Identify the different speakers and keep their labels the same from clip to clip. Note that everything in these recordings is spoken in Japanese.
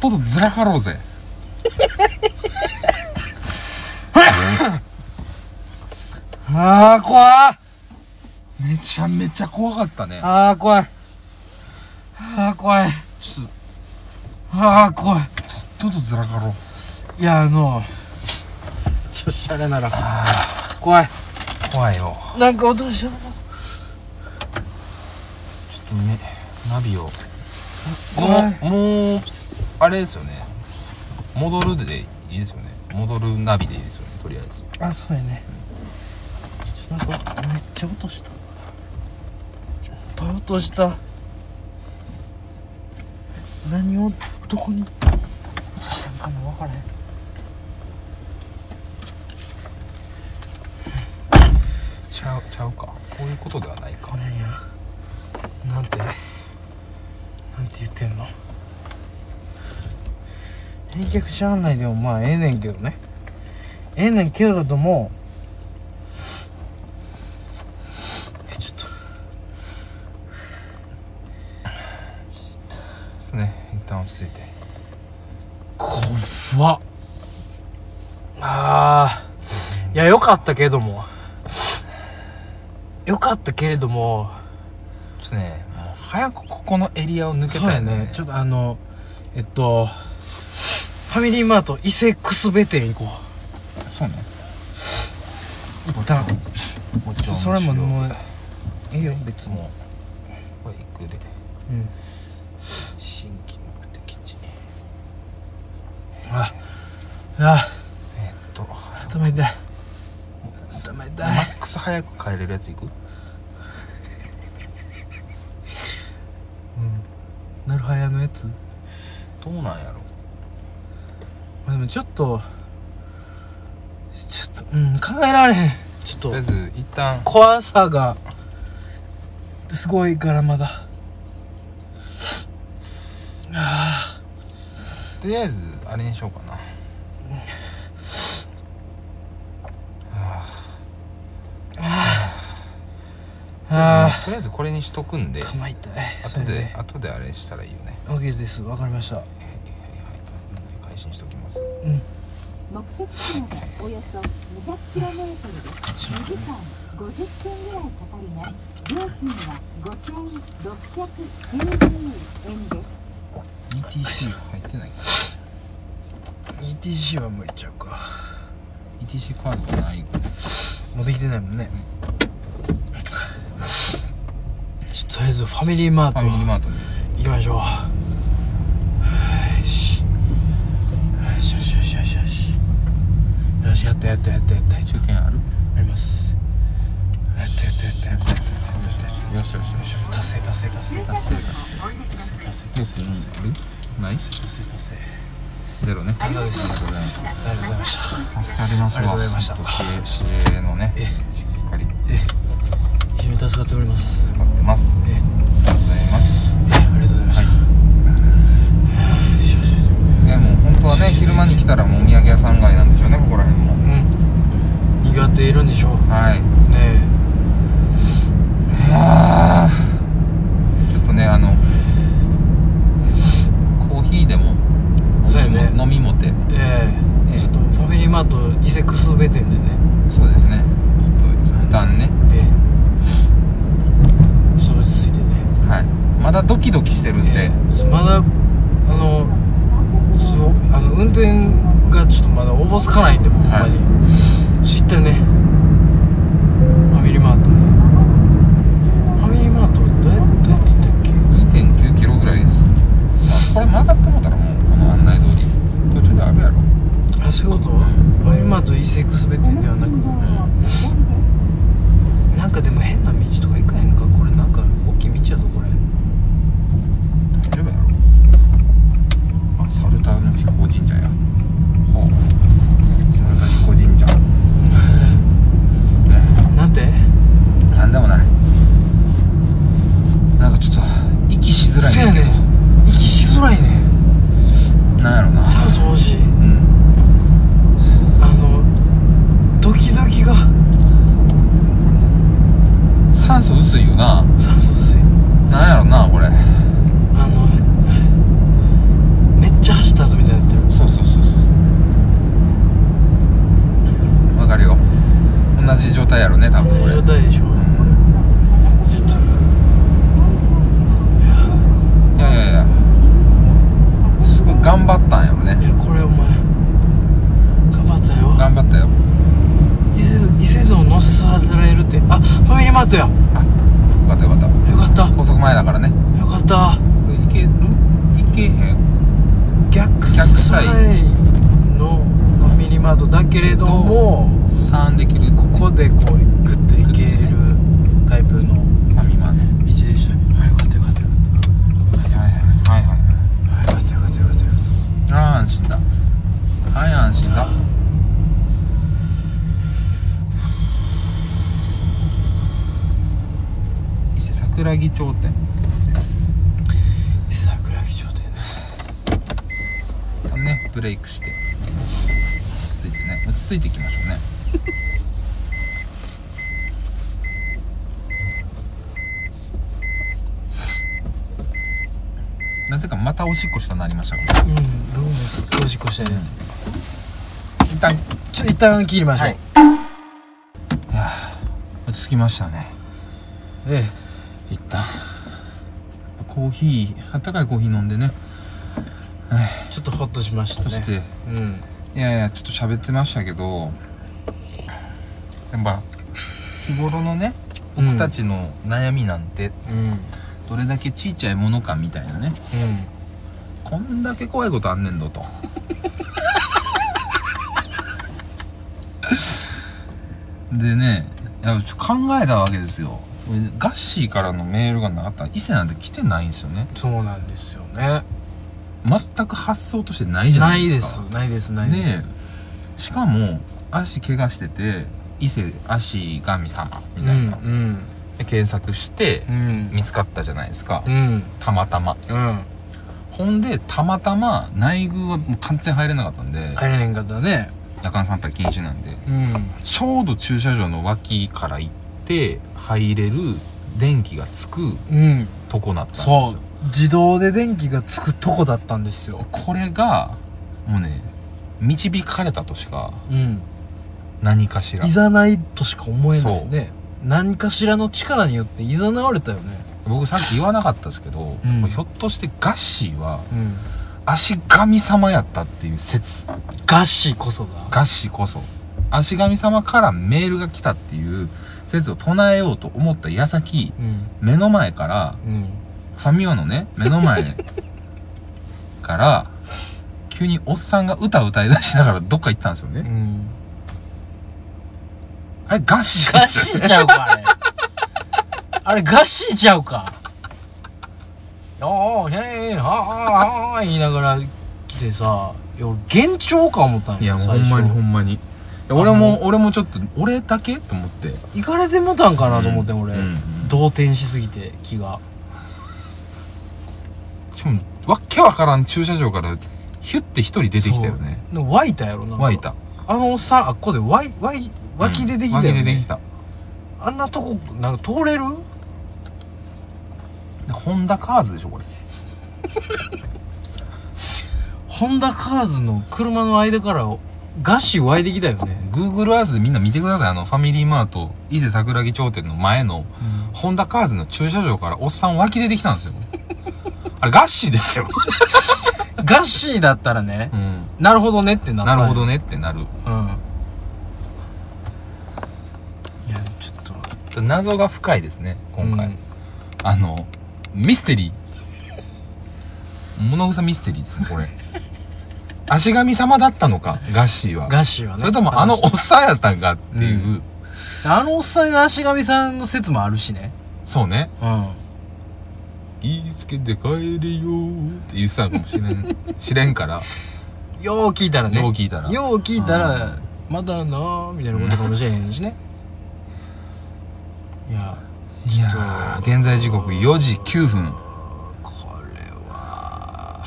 Speaker 1: とっととずらかろうぜ
Speaker 2: あー怖っ
Speaker 1: めちゃめちゃ怖かったね
Speaker 2: あー怖いあー怖い
Speaker 1: ちょっ
Speaker 2: あー怖い
Speaker 1: ととっととずらかろう
Speaker 2: いやあのちょっとしゃれなら怖い
Speaker 1: 怖いよ
Speaker 2: なんか音がし
Speaker 1: ちょ
Speaker 2: た
Speaker 1: っとねナビを
Speaker 2: 怖い
Speaker 1: もうもうあれですよね戻るでいいですよね戻るナビでいいですよねとりあえず
Speaker 2: あそうやねちょっとなんかめっちゃ音したいっぱい音した何をどこに落としたんかも分からへん
Speaker 1: ちゃうちゃうかこういうことではないか
Speaker 2: 何やなんてなんて言ってんの返却しゃあないでもまあええねんけどねええねんけれどもえちょっと
Speaker 1: そうね一旦落ち着いて
Speaker 2: こわっあーいやよかったけれどもよかったけれども
Speaker 1: ちょっとねもう早くここのエリアを抜け
Speaker 2: そう
Speaker 1: た
Speaker 2: や
Speaker 1: い
Speaker 2: ねちょっとあのえっとファミリーマート伊勢くすべ店行こう
Speaker 1: そうね
Speaker 2: 一旦
Speaker 1: お茶
Speaker 2: それも
Speaker 1: も
Speaker 2: もういいよ
Speaker 1: 別もバイクで
Speaker 2: うん
Speaker 1: 新規目的地
Speaker 2: ああ
Speaker 1: えっと
Speaker 2: 頭痛い頭
Speaker 1: マ
Speaker 2: 痛い
Speaker 1: ックス早く帰れるやつ行く
Speaker 2: なるはやのやつ
Speaker 1: どうなんやろ
Speaker 2: まあでもちょっとちょっとうん考えられへんちょっ
Speaker 1: と
Speaker 2: と
Speaker 1: りあえず一旦
Speaker 2: 怖さがすごいからまだあ
Speaker 1: とりあえずあれにしようかな、は
Speaker 2: ーあ
Speaker 1: あとりあえずこれにしとくんで
Speaker 2: ー頭痛い
Speaker 1: 後
Speaker 2: そうや
Speaker 1: で
Speaker 2: ね
Speaker 1: 後であれしたらいいよね
Speaker 2: OK ですわかりました
Speaker 1: はいはいはい配信しときます
Speaker 3: 目的地までおよそ 200km です2時間50分ぐらいかかります料金は5692円です
Speaker 1: ETC 入ってないか
Speaker 2: ETC は無理ちゃうか
Speaker 1: ETC カードがない
Speaker 2: もうできてないもんねちょっととりあえずファミリーマー
Speaker 1: ファ
Speaker 2: ト
Speaker 1: ミリーマートに
Speaker 2: 行きましょうはいしよしよしよしよしよしよしやったやったやったやったや
Speaker 1: 中堅ある
Speaker 2: りますやったやったやったやったやったやっ
Speaker 1: よしよしよしよ
Speaker 2: た達成達成達成達成達成
Speaker 1: しよしよしあるない
Speaker 2: 達成
Speaker 1: ゼロね
Speaker 2: ゼロです
Speaker 1: ありがとうございます
Speaker 2: ありがとうございました
Speaker 1: 助かります
Speaker 2: ありがとうございました
Speaker 1: 市営市営のね
Speaker 2: え
Speaker 1: しっかり
Speaker 2: 非常に助かっておりま
Speaker 1: 使
Speaker 2: す
Speaker 1: ってますあり
Speaker 2: え
Speaker 1: がとうございます
Speaker 2: えありがとうございました、はい、よしよしよし
Speaker 1: でも本当はね昼間に来たらもうお土産屋さん街なんでしょうねここら辺も
Speaker 2: うんにぎわっているんでしょう
Speaker 1: はい
Speaker 2: ね
Speaker 1: あーちょっとねあのコーヒーでも
Speaker 2: そうやね
Speaker 1: 飲みもて
Speaker 2: ええ
Speaker 1: え
Speaker 2: えちょっとファミリーマート伊勢くすべ店でね
Speaker 1: そうですねちょっと一旦ね
Speaker 2: ええちょっと落ち着いてね
Speaker 1: はいまだドキドキしてるんで、
Speaker 2: ええまだあのちょっとあの運転がちょっとまだおぼつかないんでほんまに、ちょっと一旦ねファミリーマートねファミリーマートどうやどうやって行ったっけ
Speaker 1: 2.9キロぐらいです、まあ、これ曲がってもうたらもうこの案内通り途中であるやろ
Speaker 2: あそういうことファミリーマート伊勢くすべ店ではなくなんかでも変な道とか行かへんかこれなんか大きい道やぞこれ
Speaker 1: 大丈夫やろあサルタの飛行神社やほうサルタ飛行神社
Speaker 2: なんて
Speaker 1: なんでもないなんかちょっと息しづらい
Speaker 2: そやねん息しづらいねん
Speaker 1: なんやろな
Speaker 2: 酸素欲しい
Speaker 1: うん
Speaker 2: あのドキドキが
Speaker 1: 酸素薄頑張ったんやろ
Speaker 2: い
Speaker 1: ね
Speaker 2: やこれお前頑張ったよ
Speaker 1: 頑張ったよ
Speaker 2: 伊勢伊勢像乗せさせられるってあファミリーマートやよ
Speaker 1: あよかったよかった
Speaker 2: かったよ
Speaker 1: 高速前だからね
Speaker 2: かった
Speaker 1: これいけるいけへん
Speaker 2: 逆
Speaker 1: 逆
Speaker 2: サ
Speaker 1: サ
Speaker 2: イ
Speaker 1: イ
Speaker 2: のファミリーマートだけれども
Speaker 1: ターンできるこ
Speaker 2: ここでこうグッといけるタイプの
Speaker 1: ファミマね
Speaker 2: 道でしたよあよかったよかったよか
Speaker 1: はいはいはいはい
Speaker 2: ったあよかったよかったよかったよかっ
Speaker 1: あー安心だはい安心だ伊勢桜木町店です
Speaker 2: た桜木町店ね
Speaker 1: 一旦ねブレイクして落ち着いてね落ち着いていきましょうね なぜかまたおしっこしたなりましたから
Speaker 2: うん僕もすっごいおしっこしたいです、
Speaker 1: 一旦
Speaker 2: ちょっと一旦切りましょう、
Speaker 1: はい落ち着きましたね
Speaker 2: ええ
Speaker 1: 一旦コーヒーあったかいコーヒー飲んでね
Speaker 2: ちょっとホッとしました
Speaker 1: そ
Speaker 2: ね
Speaker 1: して、
Speaker 2: うん
Speaker 1: いやいやちょっと喋ってましたけどやっぱ日頃のね
Speaker 2: うん
Speaker 1: 僕たちの悩みなんて
Speaker 2: うん
Speaker 1: どれだけちいちゃいものかみたいなね
Speaker 2: うん
Speaker 1: こんだけ怖いことあんねん どとでねいやちょ考えたわけですよガッシーからのメールがなかったら伊勢なんて来てないんですよね
Speaker 2: そうなんですよね
Speaker 1: 全く発想としてないじゃ
Speaker 2: な
Speaker 1: ない
Speaker 2: い
Speaker 1: で
Speaker 2: ですす
Speaker 1: か
Speaker 2: ないですないです
Speaker 1: でしかも足怪我してて伊勢足神様み
Speaker 2: う
Speaker 1: たい
Speaker 2: ん
Speaker 1: な、で検索して
Speaker 2: うんうん
Speaker 1: 見つかったじゃないですか、
Speaker 2: うん
Speaker 1: たまたま
Speaker 2: うん
Speaker 1: ほんでたまたま内宮はもう完全入れなかったんで、
Speaker 2: 入れへんかったね
Speaker 1: 夜間参拝禁止なんで
Speaker 2: うん
Speaker 1: ちょうど駐車場の脇から行って入れる電気がつく
Speaker 2: うん
Speaker 1: とこなったんですよ
Speaker 2: そう自動で電気がつくとこだったんですよ
Speaker 1: これがもうね導かれたとしか
Speaker 2: うん
Speaker 1: 何かしら
Speaker 2: いざないとしか思えないね何かしらの力によっていざなわれたよね
Speaker 1: 僕さっき言わなかったですけど、
Speaker 2: うん
Speaker 1: これひょっとしてガッシーは
Speaker 2: うん
Speaker 1: 足神様やったっていう説
Speaker 2: ガシこそが
Speaker 1: ガッシーこそ足神様からメールが来たっていう説を唱えようと思った矢先
Speaker 2: うん
Speaker 1: 目の前から
Speaker 2: うん
Speaker 1: ファミマのね目の 前から急におっさんが歌歌い出しながらどっか行ったんですよね、
Speaker 2: うん
Speaker 1: あれガッシー
Speaker 2: ガ
Speaker 1: です
Speaker 2: シちゃうかあれあれガシちゃうかおーへーはーはー言いながら来てさいや俺幻聴か思ったん
Speaker 1: いや
Speaker 2: や
Speaker 1: もうほ
Speaker 2: 最
Speaker 1: ん
Speaker 2: 初
Speaker 1: まにほんまにいや俺も俺もちょっと俺だけと思って
Speaker 2: 行かれてもたんかなと思って、
Speaker 1: うん
Speaker 2: 俺、
Speaker 1: うん
Speaker 2: 動転しすぎて気が
Speaker 1: しかもわっけわからん駐車場からヒュッて一人出てきたよね
Speaker 2: そうなんか湧いたやろなんか
Speaker 1: 湧いた
Speaker 2: あのおっさんあっこで湧い湧い湧き出てきたよ、ね
Speaker 1: うん湧き出てきた
Speaker 2: あんなとこなんか通れる
Speaker 1: でホンダカーズでしょこれ
Speaker 2: ホンダカーズの車の間からガシ湧いてきたよね、
Speaker 1: Google Earth でみんな見てくださいあのファミリーマート伊勢桜木町店の前のホンダカーズの駐車場からおっさん湧き出てきた んですよあれガッシーですよ、
Speaker 2: ガシだったらね
Speaker 1: うん、
Speaker 2: なるほどねってなった
Speaker 1: なんる
Speaker 2: や
Speaker 1: ほどねってなる
Speaker 2: うんいやちょっと
Speaker 1: 謎が深いですね今回、
Speaker 2: うん
Speaker 1: あのミステリー物草ミステリーですね これ足神様だったのかガッシーは
Speaker 2: ガシはね
Speaker 1: それともあのおっさんやったんかっていう、
Speaker 2: うあのおっさんが足神さんの説もあるしね
Speaker 1: そうね
Speaker 2: うん
Speaker 1: 言いつけて帰れよーって言ってたかもしれ ん知れんから
Speaker 2: よう聞いたらね
Speaker 1: よう聞いたら
Speaker 2: よう聞いた
Speaker 1: う
Speaker 2: らまだなーみたいなことかもしれへんしねいや
Speaker 1: いやー現在時刻4時9分
Speaker 2: これは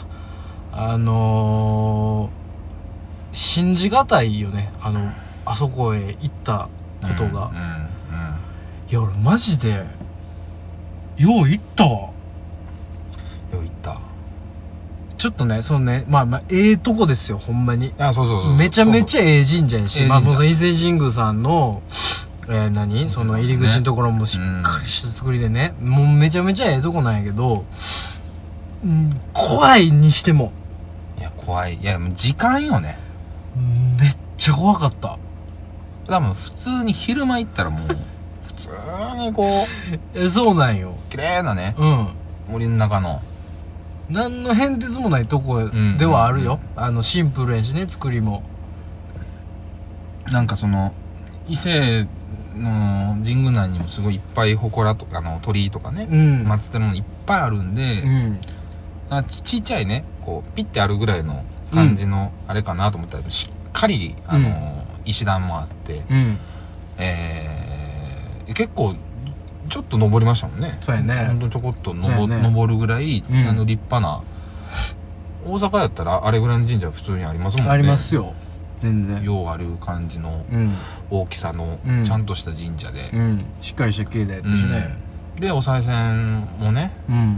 Speaker 2: あのー、信じがたいよねあのあそこへ行ったことが、
Speaker 1: うん
Speaker 2: いや俺マジでよう行ったわ
Speaker 1: うんうんよう行った
Speaker 2: ちょっとねそのねまあまあええとこですよほんまに
Speaker 1: あそうそうそう
Speaker 2: めちゃめち
Speaker 1: ゃ
Speaker 2: ゃええ神社やし、
Speaker 1: ええ
Speaker 2: まあ、
Speaker 1: 神社
Speaker 2: もうその伊勢神宮さんの、えー何その入り口のところもしっかりした作りでね、もうめちゃめちゃええとこなんやけど、うん、怖いにしても、
Speaker 1: いや、怖い。いや、もう時間よね。
Speaker 2: めっちゃ怖かった
Speaker 1: 多分、普通に昼間行ったらもう、 普通にこう、
Speaker 2: えそうなんよ
Speaker 1: 綺麗なね、
Speaker 2: うん
Speaker 1: 森の中の。
Speaker 2: 何の変哲もないとこ
Speaker 1: ん
Speaker 2: ではあるよ、あのシンプルやしね作りも
Speaker 1: なんかその、伊勢の神宮内にもすごいいっぱい祠とか、あの、鳥居とかね、
Speaker 2: うん
Speaker 1: 祀ってるものいっぱいあるんで、
Speaker 2: うん
Speaker 1: あちちっちゃいね、こう、ピッてあるぐらいの感じの、あれかなと思ったら、しっかり、あのー、石段もあって、
Speaker 2: うん
Speaker 1: えー、結構、ちょっと登りましたもんね。
Speaker 2: そうやね
Speaker 1: ほんとちょこっと
Speaker 2: そうや
Speaker 1: 登,、
Speaker 2: ね
Speaker 1: 登るぐらい、
Speaker 2: うん
Speaker 1: あの、立派な、大阪やったら、あれぐらいの神社普通にありますもんね。
Speaker 2: ありますよ全然
Speaker 1: ようある感じの
Speaker 2: うん
Speaker 1: 大きさの
Speaker 2: うん
Speaker 1: ちゃんとした神社で
Speaker 2: う、んしっかりした境内やった
Speaker 1: う
Speaker 2: し
Speaker 1: ん
Speaker 2: ね
Speaker 1: でお賽銭もね
Speaker 2: うん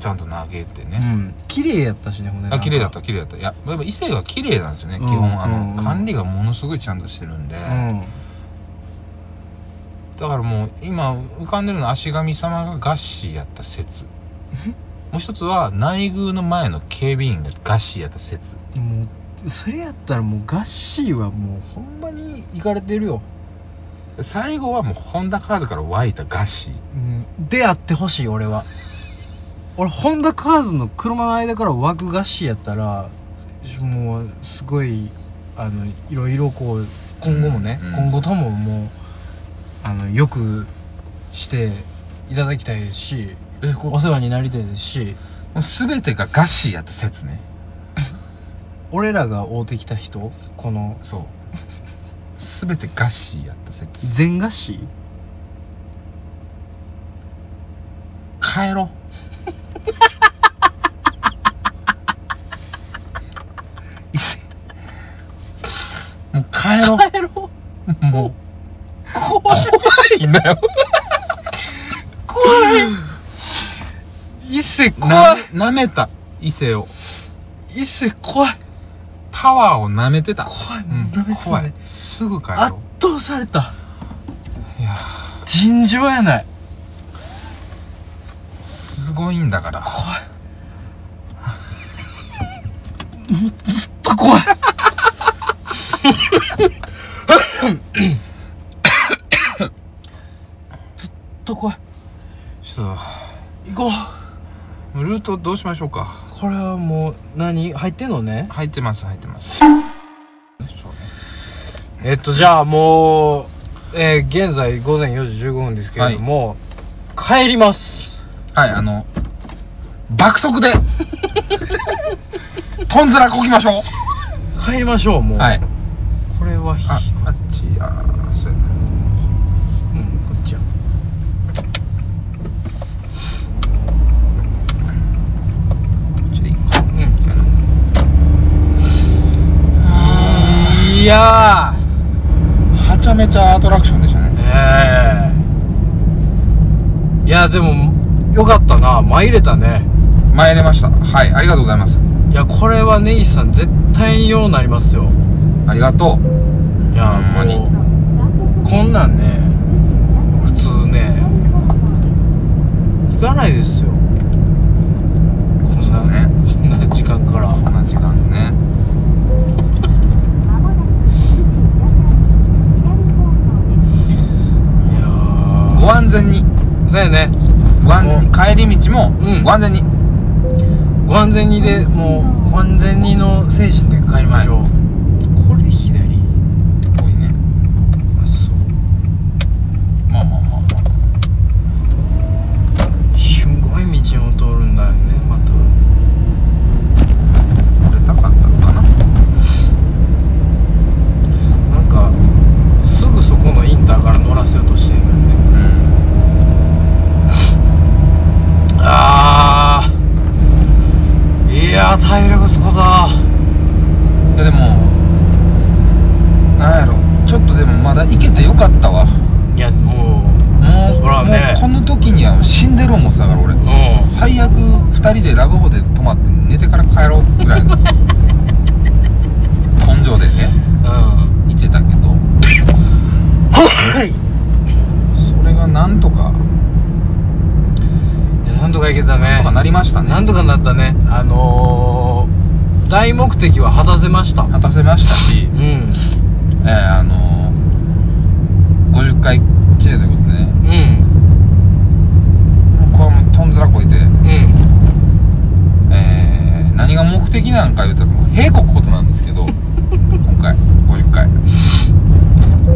Speaker 1: ちゃんと投げて
Speaker 2: う
Speaker 1: ね、
Speaker 2: ん綺麗やったしねほんでな
Speaker 1: あ
Speaker 2: んか
Speaker 1: 綺麗だった綺麗だったいややっぱ伊勢が綺麗なんですよね、
Speaker 2: うん
Speaker 1: 基本あの、
Speaker 2: うんうん
Speaker 1: 管理がものすごいちゃんとしてるんで、
Speaker 2: うん
Speaker 1: だからもう今浮かんでるのは足神様がガッシーやった説 もう一つは内宮の前の警備員がガッシーやった説
Speaker 2: でもそれやったらもうガッシーはもうほんまに行かれてるよ、
Speaker 1: 最後はもう本田カーズから湧いたガッシー
Speaker 2: うん、であってほしい俺は俺ホンダカーズの車の間から湧くガッシーやったらもうすごいあのいろいろこう今後もね、
Speaker 1: うん
Speaker 2: 今後とももうあのよくしていただきたいし
Speaker 1: えこ
Speaker 2: お世話になりたいですし
Speaker 1: もう全てがガッシーやった説ね
Speaker 2: 俺らが会うてきた人この
Speaker 1: そう全てガッシーやった説
Speaker 2: 全ガッシ
Speaker 1: 帰
Speaker 2: ー
Speaker 1: ろう伊勢もう帰ろう
Speaker 2: 帰ろう
Speaker 1: もう怖いんだよ
Speaker 2: 伊勢怖
Speaker 1: ない舐めた伊勢を
Speaker 2: 伊勢怖い
Speaker 1: パワーを舐めてた
Speaker 2: 怖い
Speaker 1: うん
Speaker 2: ダメですね
Speaker 1: 怖いすぐ帰
Speaker 2: 圧
Speaker 1: ろ
Speaker 2: 倒された
Speaker 1: ういや
Speaker 2: 尋常やない
Speaker 1: すごいんだから
Speaker 2: 怖いずっ と怖いずっと怖い
Speaker 1: ちょっ
Speaker 2: 行こう
Speaker 1: とルートどうしましょうか
Speaker 2: これはもう何入ってんのね
Speaker 1: 入ってます入ってますそうね
Speaker 2: えっとじゃあもう、えー現在午前4時15分ですけれども、帰ります
Speaker 1: はいあの爆速 でとんずらこきましょ
Speaker 2: 帰りましょうもう、
Speaker 1: うはい
Speaker 2: これはひ
Speaker 1: あ、あっち、あー、そうやな。
Speaker 2: うんこっちや
Speaker 1: こっちでいいか。
Speaker 2: いや
Speaker 1: はちゃめちゃアトラクションでしたね。
Speaker 2: ええいやでもよかったな参れたね
Speaker 1: 参れました。はい、ありがとうございます。
Speaker 2: いやこれはネイさん絶対にようなりますよ
Speaker 1: ありがと
Speaker 2: いや
Speaker 1: ほんまに
Speaker 2: もうこんなんね普通ね行かないですよこん
Speaker 1: そ
Speaker 2: な、
Speaker 1: うね
Speaker 2: こんな時間から
Speaker 1: う。こんな時間ね。
Speaker 2: いやー
Speaker 1: ご安全に。
Speaker 2: そうやね
Speaker 1: ご安全に。帰り道も、
Speaker 2: うん
Speaker 1: ご安全に。
Speaker 2: ご安全にでもうご安全にの精神で帰りましょう、これ左
Speaker 1: 多いね。
Speaker 2: あそう
Speaker 1: まあまあまあまあ。
Speaker 2: すごい道を通るんだよねまた
Speaker 1: 折れたかったのかな。
Speaker 2: なんかすぐそこのインターから乗らせようとしてるんだよね
Speaker 1: うん。
Speaker 2: あーいやー体力すこだ
Speaker 1: いやでも、なんやろ。ちょっとでもまだ行けてよかったわ。も
Speaker 2: いや
Speaker 1: う、
Speaker 2: もほらね
Speaker 1: もうこの時には死んでる思ってたから俺。
Speaker 2: うう
Speaker 1: 最悪2人でラブホで泊まって寝てから帰ろうぐらい の根性でね
Speaker 2: ん
Speaker 1: 行ってたけどそれがなんとか
Speaker 2: うんいやなんとかいけた
Speaker 1: なん
Speaker 2: ね
Speaker 1: とかなりましたね
Speaker 2: なんとかなったねあの大目的は果たせました
Speaker 1: 果たせましたし
Speaker 2: う、ん
Speaker 1: えー、あのー、50回来てということでね、
Speaker 2: うん
Speaker 1: もうこれはもうとんずらこいて、
Speaker 2: うん
Speaker 1: えー、何が目的なんか言うたら、もう、閉国ことなんですけ ど、今回、50回。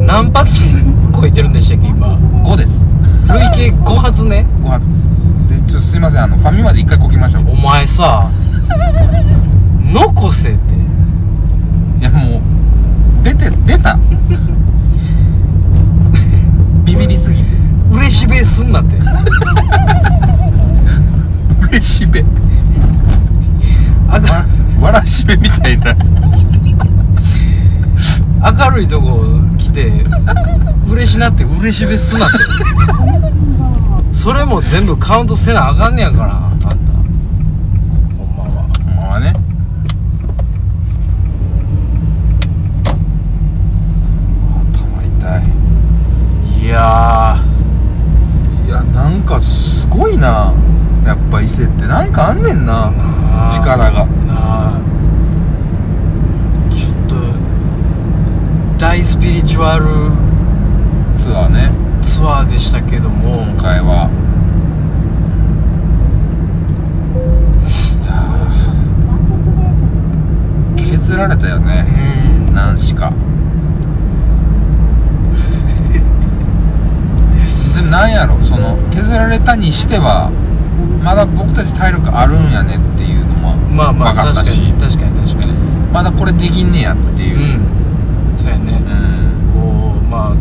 Speaker 2: 何発超えてるんでしたっけ今
Speaker 1: 5です。
Speaker 2: 累計5発ね
Speaker 1: 5発です。で、ちょっとすいません、あの、ファミまで1回こきましょう。
Speaker 2: お前さ残せって
Speaker 1: いや、もう、出て、出たビビりすぎて。
Speaker 2: 嬉しべすんなって
Speaker 1: 嬉しべ。
Speaker 2: あか
Speaker 1: わらしべみたいな。
Speaker 2: 明るいとこ来て嬉しなって嬉しべすなってそれも全部カウントせなあかんねやからあんたほんまは
Speaker 1: まあね。頭痛い。
Speaker 2: いや
Speaker 1: いやなんかすごいなやっぱ伊勢ってなんかあんねんな
Speaker 2: ー
Speaker 1: 力が
Speaker 2: ーなあちょっと大スピリチュアル
Speaker 1: ツアーね
Speaker 2: ツアーでしたけども
Speaker 1: 今回は削られたよ
Speaker 2: う
Speaker 1: ね
Speaker 2: ん
Speaker 1: 何しか でもなんやろその削られたにしてはまだ僕たち体力あるんやねっていうのも
Speaker 2: まあまあ
Speaker 1: 分かった
Speaker 2: 確か
Speaker 1: し
Speaker 2: に確かに確かに
Speaker 1: まだこれできんねやっていうう、
Speaker 2: んそうやね
Speaker 1: うん
Speaker 2: こうまあ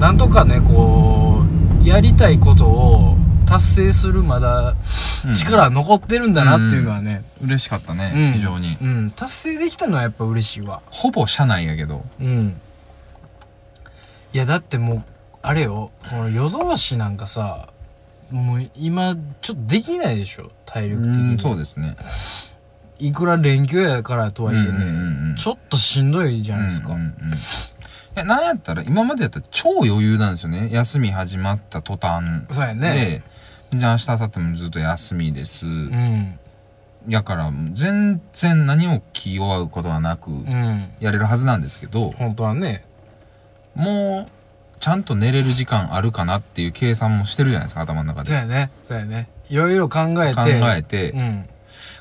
Speaker 2: なんとかねこうやりたいことを達成するまだ
Speaker 1: うん
Speaker 2: 力は残ってるんだなっていうのはね、
Speaker 1: 嬉しかったね、
Speaker 2: うん
Speaker 1: 非常に
Speaker 2: うん、達成できたのはやっぱ嬉しいわ
Speaker 1: ほぼ社内やけど
Speaker 2: うんいやだってもうあれよこの夜通しなんかさもう今ちょっとできないでしょ体力的に、
Speaker 1: うんそうですね
Speaker 2: いくら連休やからとはいえね、
Speaker 1: うんうんうんうん
Speaker 2: ちょっとしんどいじゃないですか、
Speaker 1: うんうんうんいやなんやったら、今までやったら超余裕なんですよね。休み始まった途端。
Speaker 2: そうやね
Speaker 1: で、じゃあ明日、明後日もずっと休みです。
Speaker 2: うん
Speaker 1: やから、全然何も気負うことはなく、
Speaker 2: うん
Speaker 1: やれるはずなんですけど、
Speaker 2: 本当はね
Speaker 1: もう、ちゃんと寝れる時間あるかなっていう計算もしてるじゃないですか、頭の中
Speaker 2: そ
Speaker 1: で。
Speaker 2: うやねそうやねいろいろ考えて
Speaker 1: 考えて、
Speaker 2: うん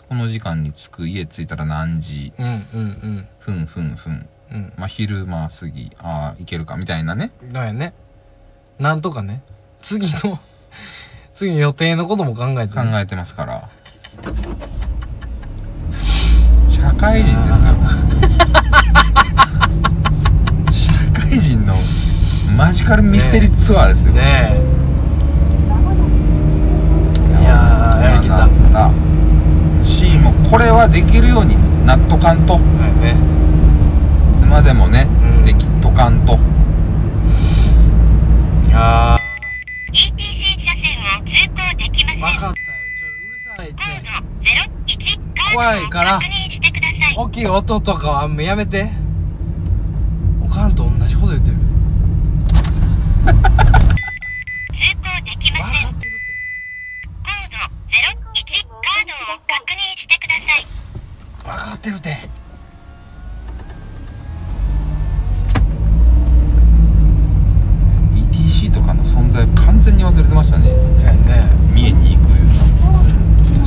Speaker 1: この時間に着く、家着いたら何時、
Speaker 2: うんうん
Speaker 1: ふんふんふん。
Speaker 2: うん
Speaker 1: まあ、昼間過ぎ、ああ、いけるか、みたいなね。
Speaker 2: うんだよねなんとかね次の次の予定のことも考えて
Speaker 1: 考
Speaker 2: ね、
Speaker 1: えてますから、社会人ですよ 社会人のマジカルミステリーツアーですよ、
Speaker 2: ねえいやーやりきった
Speaker 1: なったしもうこれはできるようになっとかんと
Speaker 2: はいね
Speaker 1: いつまでもね、
Speaker 2: うん
Speaker 1: できっとかんと
Speaker 2: いや
Speaker 4: ETC 車線を通行できません。
Speaker 2: ーわかったよちょうるさいって
Speaker 4: コード01カ
Speaker 2: 怖
Speaker 4: ー
Speaker 2: い
Speaker 4: ドを
Speaker 2: から
Speaker 4: 確認してください。
Speaker 2: 大きい音とかはもうやめておかんと同じこと言って
Speaker 4: 通
Speaker 2: る
Speaker 4: 行でき
Speaker 2: わ
Speaker 4: ません。コ
Speaker 2: か
Speaker 4: ー
Speaker 2: ってるって
Speaker 4: ド01カードを確認してください。
Speaker 2: 分かってるて
Speaker 1: うん ETC とかの存在を完全に忘れてましたね
Speaker 2: だよね
Speaker 1: 三重に行くいう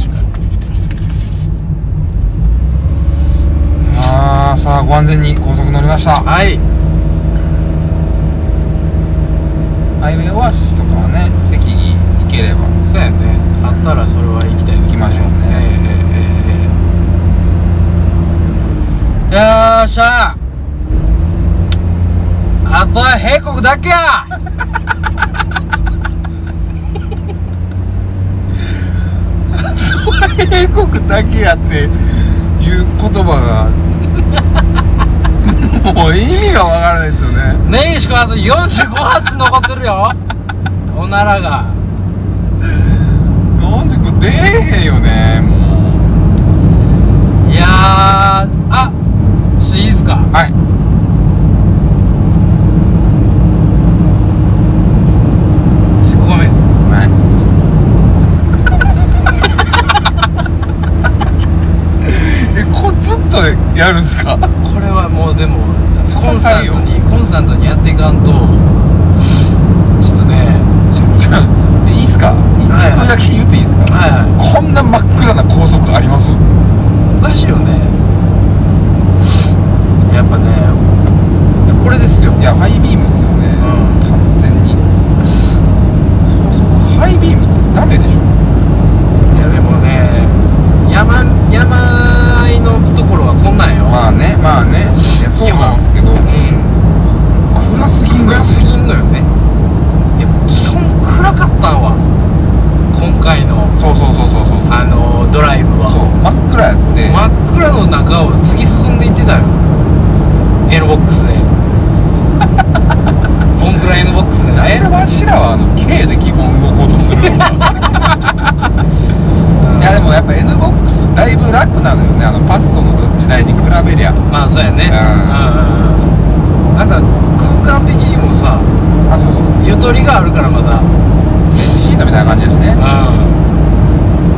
Speaker 1: あーさあご安全に高速乗りました
Speaker 2: はい
Speaker 1: ハイウェイオアシスとかはね適宜行ければ
Speaker 2: そうやねあったらそれは行きたいですね
Speaker 1: 行きましょうね
Speaker 2: ええええええよーっしゃあとは閉国だけや
Speaker 1: 英国だけやっていう言葉が もう意味がわからないですよね
Speaker 2: ねえしかあと45発残ってるよおならが
Speaker 1: なんでこれ出えへんよねもう
Speaker 2: いやーあちょっといいっすか
Speaker 1: はい は
Speaker 2: ちょっとごめんえこっち
Speaker 1: とでやるんすか
Speaker 2: これはもうでもコンスタ
Speaker 1: 戦
Speaker 2: ン
Speaker 1: いよ
Speaker 2: トにコンスタントにやっていかんとちょっとね
Speaker 1: じゃあいいっすか一
Speaker 2: はい
Speaker 1: 個だけ言っていいっすか、
Speaker 2: はいは
Speaker 1: こんな真っ暗な高速あります
Speaker 2: いおかしいよねやっぱねいやこれですよ
Speaker 1: いやハイビームっすよね、
Speaker 2: うん
Speaker 1: 完全に高速ハイビームってダメでしょ
Speaker 2: いやでもね山山あいのところはこんなんよ、
Speaker 1: まあねまあねいやそうなんですけど
Speaker 2: うん
Speaker 1: 暗すぎんのよ
Speaker 2: 暗すぎんのよねいや基本暗かったのは今回の
Speaker 1: そうそうそうそうそうそう
Speaker 2: あのドライブは
Speaker 1: そう真っ暗やって、
Speaker 2: 真っ暗の中を突き進んでいってたよ N ボックス でボンクラ N ボックスで
Speaker 1: あれで
Speaker 2: ね
Speaker 1: わしらはあの K で基本動こうとする いやでもやっぱ N ボックスだいぶ楽なのよねあのパッソの時代に比べりゃ
Speaker 2: まあそうやねうん
Speaker 1: ん
Speaker 2: なんか空間的にもさ
Speaker 1: あそうそうそう
Speaker 2: ゆとりがあるからまだ
Speaker 1: NC のみたいな感じだしね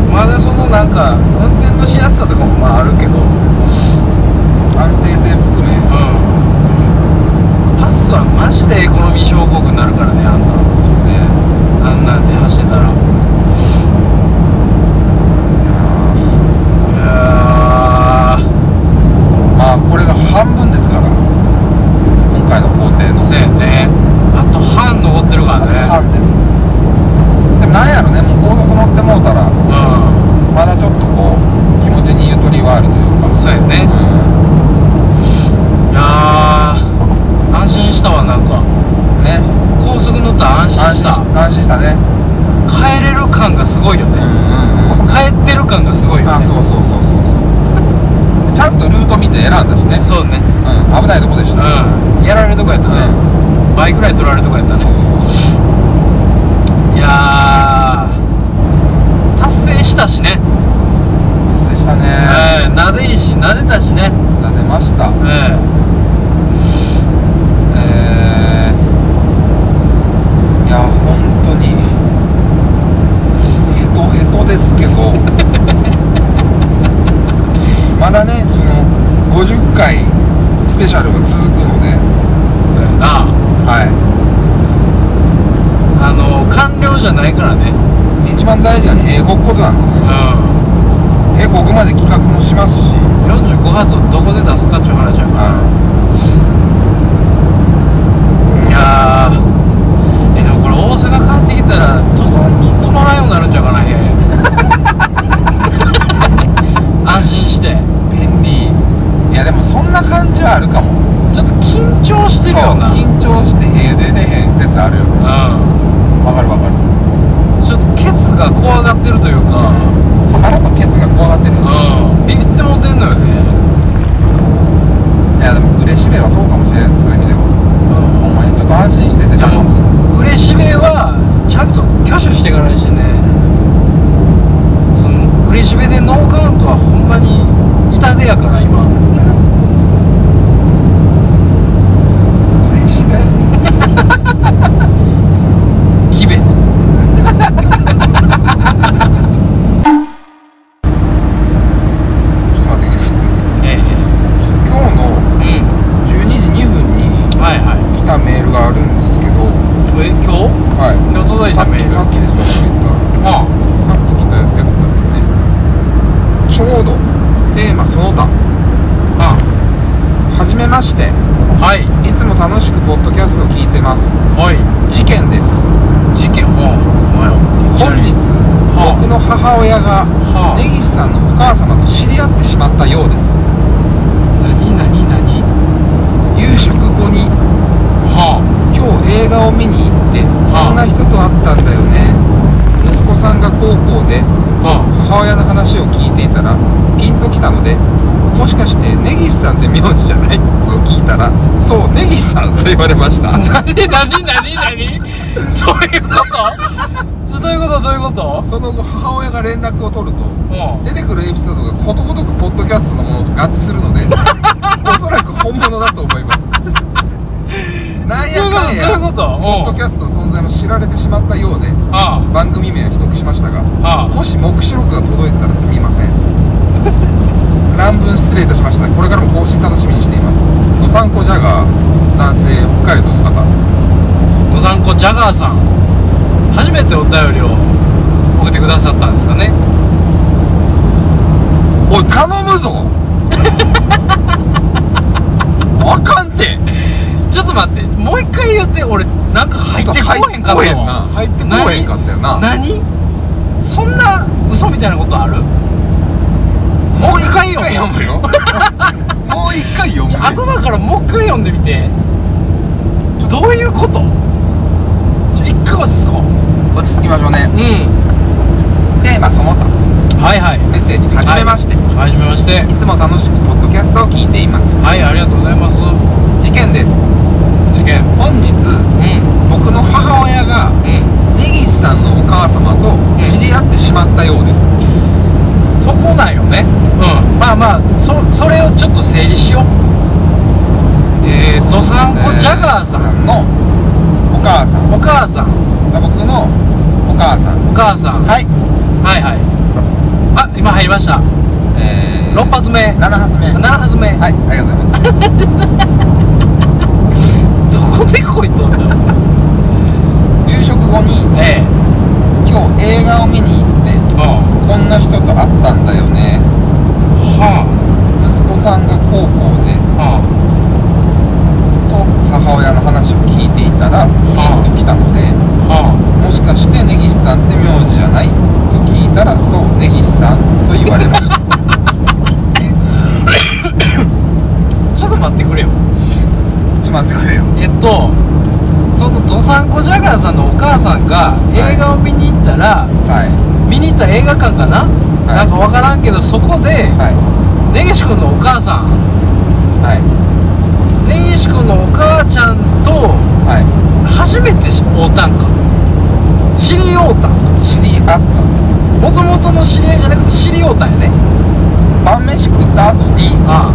Speaker 2: うんまだそのなんか運転のしやすさとかもまああるけどうん
Speaker 1: 安定性含め
Speaker 2: パスはマジでエコノミー症候群になるからねあんな
Speaker 1: そうね
Speaker 2: あんなんで走ってたら
Speaker 1: いや
Speaker 2: いや
Speaker 1: ー
Speaker 2: ー
Speaker 1: まあこれが半分ですから今回の工程の
Speaker 2: そうやねあと半残ってるからね
Speaker 1: 半ですでもなんやろねもう高速乗ってもうたら
Speaker 2: う
Speaker 1: まだちょっとこう気持ちにゆとりはあるというか
Speaker 2: んそうやね
Speaker 1: う
Speaker 2: いやー安心したわなんか
Speaker 1: んね
Speaker 2: 高速乗ったら安心
Speaker 1: 安
Speaker 2: し
Speaker 1: 心
Speaker 2: た
Speaker 1: し安心したね
Speaker 2: 帰れる感がすごいよ
Speaker 1: うんう
Speaker 2: ね
Speaker 1: んうん
Speaker 2: 帰ってる感がすごいよね
Speaker 1: あそうそうそうそうそう ちゃんとルート見て選んだしね、
Speaker 2: そうね
Speaker 1: うん、危ないとこでした、うん
Speaker 2: うんやられるとこやったね倍ぐらい取られるとこやったね
Speaker 1: そうそう
Speaker 2: いやー達成したしね
Speaker 1: そう達成したね
Speaker 2: ええなでいしなでたしね
Speaker 1: 撫でました
Speaker 2: え
Speaker 1: え
Speaker 2: え
Speaker 1: ー、いや本当にヘトヘトですけど まだねその50回スペシャルが続くので
Speaker 2: そうやな
Speaker 1: は
Speaker 2: あの完了じゃないからね
Speaker 1: い一番大事な閉国ことな
Speaker 2: う
Speaker 1: ので
Speaker 2: ん
Speaker 1: 閉国まで企画もしますし
Speaker 2: 45発をどこで出すかっちゅう話やからいやーえでもこれ大阪帰ってきたら登山に泊まらんようになるんちゃうか なへ安心して
Speaker 1: 便利いやでもそんな感じはあるかも
Speaker 2: ちょっと緊張してるよな
Speaker 1: 緊張してへえ出てへん説あるよ
Speaker 2: う
Speaker 1: わかるわかる
Speaker 2: んちょっとケツが怖がってるというか
Speaker 1: 腹とケツが怖がってるよ
Speaker 2: うんビビってもってんのよね
Speaker 1: いやでも嬉しべはそうかもしれんそういう意味ではほんまにちょっと安心してて
Speaker 2: い
Speaker 1: た
Speaker 2: や
Speaker 1: かもしれん
Speaker 2: もう嬉しべはちゃんと挙手していかないしねその嬉しべでノーカウントはほんまに痛手やから今
Speaker 1: 嬉しべ
Speaker 2: キベ
Speaker 1: ちょっと待ってください
Speaker 2: ええ
Speaker 1: ちょっと今日の
Speaker 2: うん
Speaker 1: 12時2分に
Speaker 2: はいは
Speaker 1: 来たメールがあるんですけど
Speaker 2: い。え、今日
Speaker 1: はい
Speaker 2: 今日届い
Speaker 1: さ
Speaker 2: た
Speaker 1: っ
Speaker 2: メ
Speaker 1: き
Speaker 2: ール。
Speaker 1: さっきですよ言っ
Speaker 2: あ
Speaker 1: たさっき来たやつだですねちょうどテーマその他
Speaker 2: あ、
Speaker 1: はじめまして
Speaker 2: あ、はい、
Speaker 1: いつも楽しくポッドキャストを聞いてます
Speaker 2: は
Speaker 1: 事件です
Speaker 2: い。事件、もう、
Speaker 1: 本日
Speaker 2: はあ
Speaker 1: 僕の母親が
Speaker 2: はあ
Speaker 1: 根岸さんのお母様と知り合ってしまったようです
Speaker 2: 何、何、何。
Speaker 1: 夕食後に
Speaker 2: は
Speaker 1: 今日映画を見に行って
Speaker 2: あ
Speaker 1: こんな人と会ったんだよね息子さんが高校で
Speaker 2: あ、は
Speaker 1: 母親の話を聞いていたらピンときたのでもしかして根岸さんって名字じゃないと聞いたらそう根岸さんと言われました
Speaker 2: あ。何、何、何、何。 どういうこと。どういうこと、どういうこと。
Speaker 1: その後母親が連絡を取ると
Speaker 2: も
Speaker 1: 出てくるエピソードがことごとくポッドキャストのものと合致する のでおそらく本物だと思いますなん
Speaker 2: う。ど
Speaker 1: や
Speaker 2: ういうこと、
Speaker 1: か
Speaker 2: どうんい
Speaker 1: やポ
Speaker 2: うこ
Speaker 1: ッド
Speaker 2: と。もう
Speaker 1: キャストの存在も知られてしまったようで
Speaker 2: あ
Speaker 1: 番組名は秘匿しましたが
Speaker 2: あ、ああ。
Speaker 1: もし目視録が届いてたらすみません乱文失礼礼いたしましたこれからも更新楽しみにしていますドサンコジャガー男性北海道の方
Speaker 2: ござんこジャガーさん初めてお便りを送ってくださったんですかね
Speaker 1: おい頼むぞあかんて
Speaker 2: ちょっと待ってもう一回言って俺なんか入ってこへんかった
Speaker 1: 入ってこへんな
Speaker 2: わ
Speaker 1: 入ってこへんかったよな
Speaker 2: 何そんな嘘みたいなことあるもう一回よ
Speaker 1: 読むよ もう一回読む
Speaker 2: ちょ
Speaker 1: よ
Speaker 2: 頭からもう一回読んでみてどういうことちょ一回落ち着こうう
Speaker 1: 落ち着きましょうね
Speaker 2: ん
Speaker 1: テーマその他
Speaker 2: はいはい
Speaker 1: メッセージはじめまして、
Speaker 2: はじめまして
Speaker 1: い、つも楽しくポッドキャストを聞いています
Speaker 2: はいありがとうございます
Speaker 1: 事件です
Speaker 2: 事件
Speaker 1: 本日
Speaker 2: うん
Speaker 1: 僕の母親が
Speaker 2: うん
Speaker 1: 根岸さんのお母様と知り合ってしまったようです、
Speaker 2: そこなんよねうんまあまあそそれをちょっと整理しようえードサンコジャガーさん
Speaker 1: のお母さん
Speaker 2: お母さん
Speaker 1: が僕のお母さん
Speaker 2: お母さん
Speaker 1: はい
Speaker 2: はいはいあ今入りました
Speaker 1: えー、
Speaker 2: 6発目
Speaker 1: 7発目
Speaker 2: 7
Speaker 1: はい
Speaker 2: 発目
Speaker 1: ありがとうございます
Speaker 2: どこでこいとんだよ
Speaker 1: 夕食後に
Speaker 2: ええ
Speaker 1: 今日映画を見に行って
Speaker 2: うんは
Speaker 1: こんな人と会ったんだよね
Speaker 2: あ
Speaker 1: 息子さんが高校で
Speaker 2: は
Speaker 1: と母親の話を聞いていたらピンときたので
Speaker 2: あは
Speaker 1: もしかして根岸さんって名字じゃないと聞いたらそう根岸さんと言われました
Speaker 2: あちょっと待ってくれよ
Speaker 1: ちょっと待ってくれよ
Speaker 2: えっとそのドサンコジャガーさんのお母さんが映画を見に行ったら、
Speaker 1: はい
Speaker 2: 見に行った映画館かな、なんか分からんけどそこで
Speaker 1: はい
Speaker 2: 根岸君のお母さん
Speaker 1: はい
Speaker 2: 根岸君のお母ちゃんと
Speaker 1: はい
Speaker 2: 初めて会うたんか知り合うたん
Speaker 1: 知り合っ
Speaker 2: もともとの知り合いじゃなくて知り合うたんやね
Speaker 1: た晩飯食った後に
Speaker 2: あ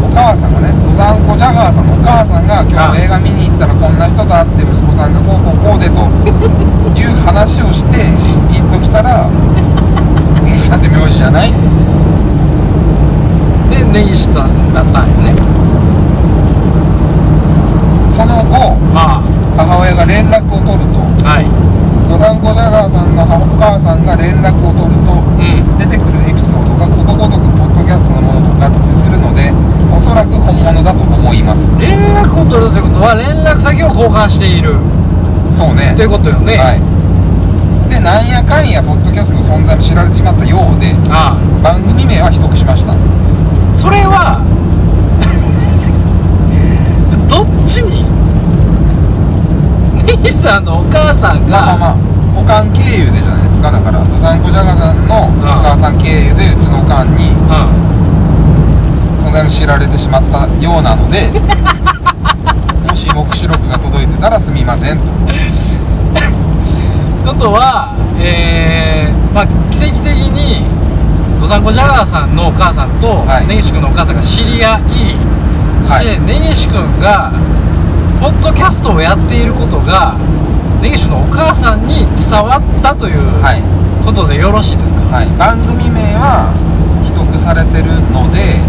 Speaker 1: お母さんがね登山子ジャガーさんのお母さんが今
Speaker 2: はい
Speaker 1: 日映画見に行ったらこんな人と会って息子さんがこうこうこうでという話をしてピンときたら「根岸さんって名字じゃない?」
Speaker 2: あで根岸だったんやね
Speaker 1: その後
Speaker 2: あ
Speaker 1: 母親が連絡を取ると
Speaker 2: あはい
Speaker 1: 登山子ジャガーさんのお母さんが連絡を取ると
Speaker 2: うん
Speaker 1: 出てくるエピソードがことごとくポッドキャストのものと合致するのでおそらく本物だと思います
Speaker 2: 連絡を取るということは連絡先を交換している
Speaker 1: そうね
Speaker 2: ということよね、
Speaker 1: はいでなんやかんやポッドキャストの存在も知られてしまったようで
Speaker 2: あ
Speaker 1: 番組名は秘匿しました
Speaker 2: あそれは それどっちに根岸さんのお母さん
Speaker 1: ま
Speaker 2: が
Speaker 1: あまあおかん経由でじゃないですかだからドサンコジャガさんのお母さん経由でうちのおかんに存在も知られてしまったようなの でもし目視録が届いてたらすみませんと
Speaker 2: うんことはえー、まあ奇跡的にドサンコジャガーさんのお母さんと
Speaker 1: はい
Speaker 2: 根岸君のお母さんが知り合い、
Speaker 1: はい
Speaker 2: そして根岸君がポッドキャストをやっていることが根岸のお母さんに伝わったという
Speaker 1: はい、
Speaker 2: ことでよろしいですか、
Speaker 1: はい、番組名は秘匿されてるので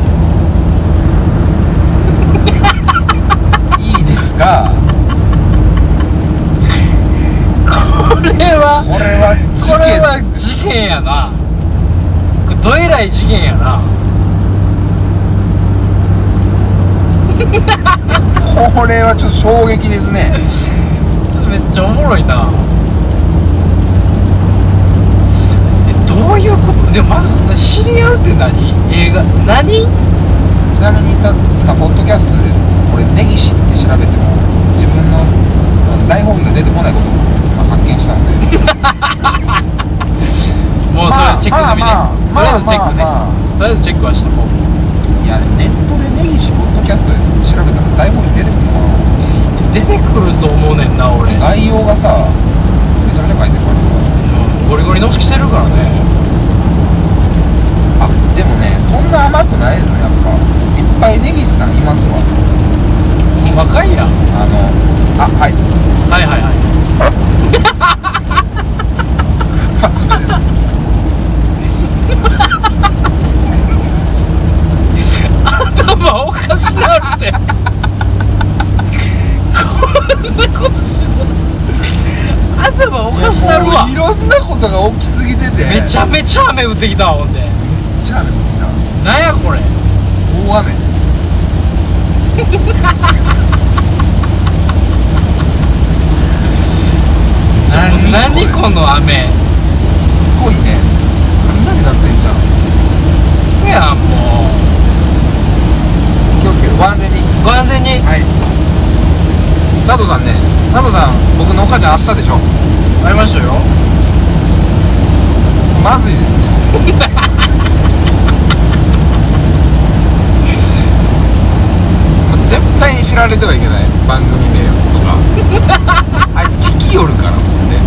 Speaker 1: いいですが
Speaker 2: これは
Speaker 1: これは事
Speaker 2: これは
Speaker 1: 件です
Speaker 2: 事件やなこれどえらい事件やな
Speaker 1: これはちょっと衝撃ですね
Speaker 2: めっちゃおもろいなえどういうことでもまず知り合うって何映画何
Speaker 1: ちなみに今今ポッドキャストでこれ「根岸」って調べても自分の台本が出てこないことをまあ発見したので
Speaker 2: もうそれはチェック済みね、
Speaker 1: まあまあまあ
Speaker 2: とりあえずチェックね、
Speaker 1: まあま
Speaker 2: とりあえずチェックはしたこう
Speaker 1: いやネットで「根岸ポッドキャスト」で調べたら台本に出てくるのか
Speaker 2: 出てくると思うねんな俺
Speaker 1: な概要がさめちゃめちゃ書いてるから
Speaker 2: ゴリゴリのししてるからね
Speaker 1: あでもねそんな甘くないですねやっぱいっぱい根岸さんいますわ
Speaker 2: ほんまかいや
Speaker 1: あ
Speaker 2: ん
Speaker 1: のあはい
Speaker 2: はいはいはい
Speaker 1: 初めです果が大きすぎてて
Speaker 2: めちゃ
Speaker 1: め
Speaker 2: めちゃ雨降ってきたわほんで
Speaker 1: っちゃ雨降ってきた
Speaker 2: なんやこれ
Speaker 1: 大雨
Speaker 2: 何
Speaker 1: 何
Speaker 2: この雨
Speaker 1: すごいね雷鳴ってんじゃん
Speaker 2: せやんも
Speaker 1: 気をつける安全に
Speaker 2: うご安全に
Speaker 1: はい佐藤さんね佐藤さん僕のお母ちゃんあったでしょ
Speaker 2: 会いましょうよ
Speaker 1: まずいですねまあ絶対に知られてはいけない番組名とか あいつ聞きよるから思って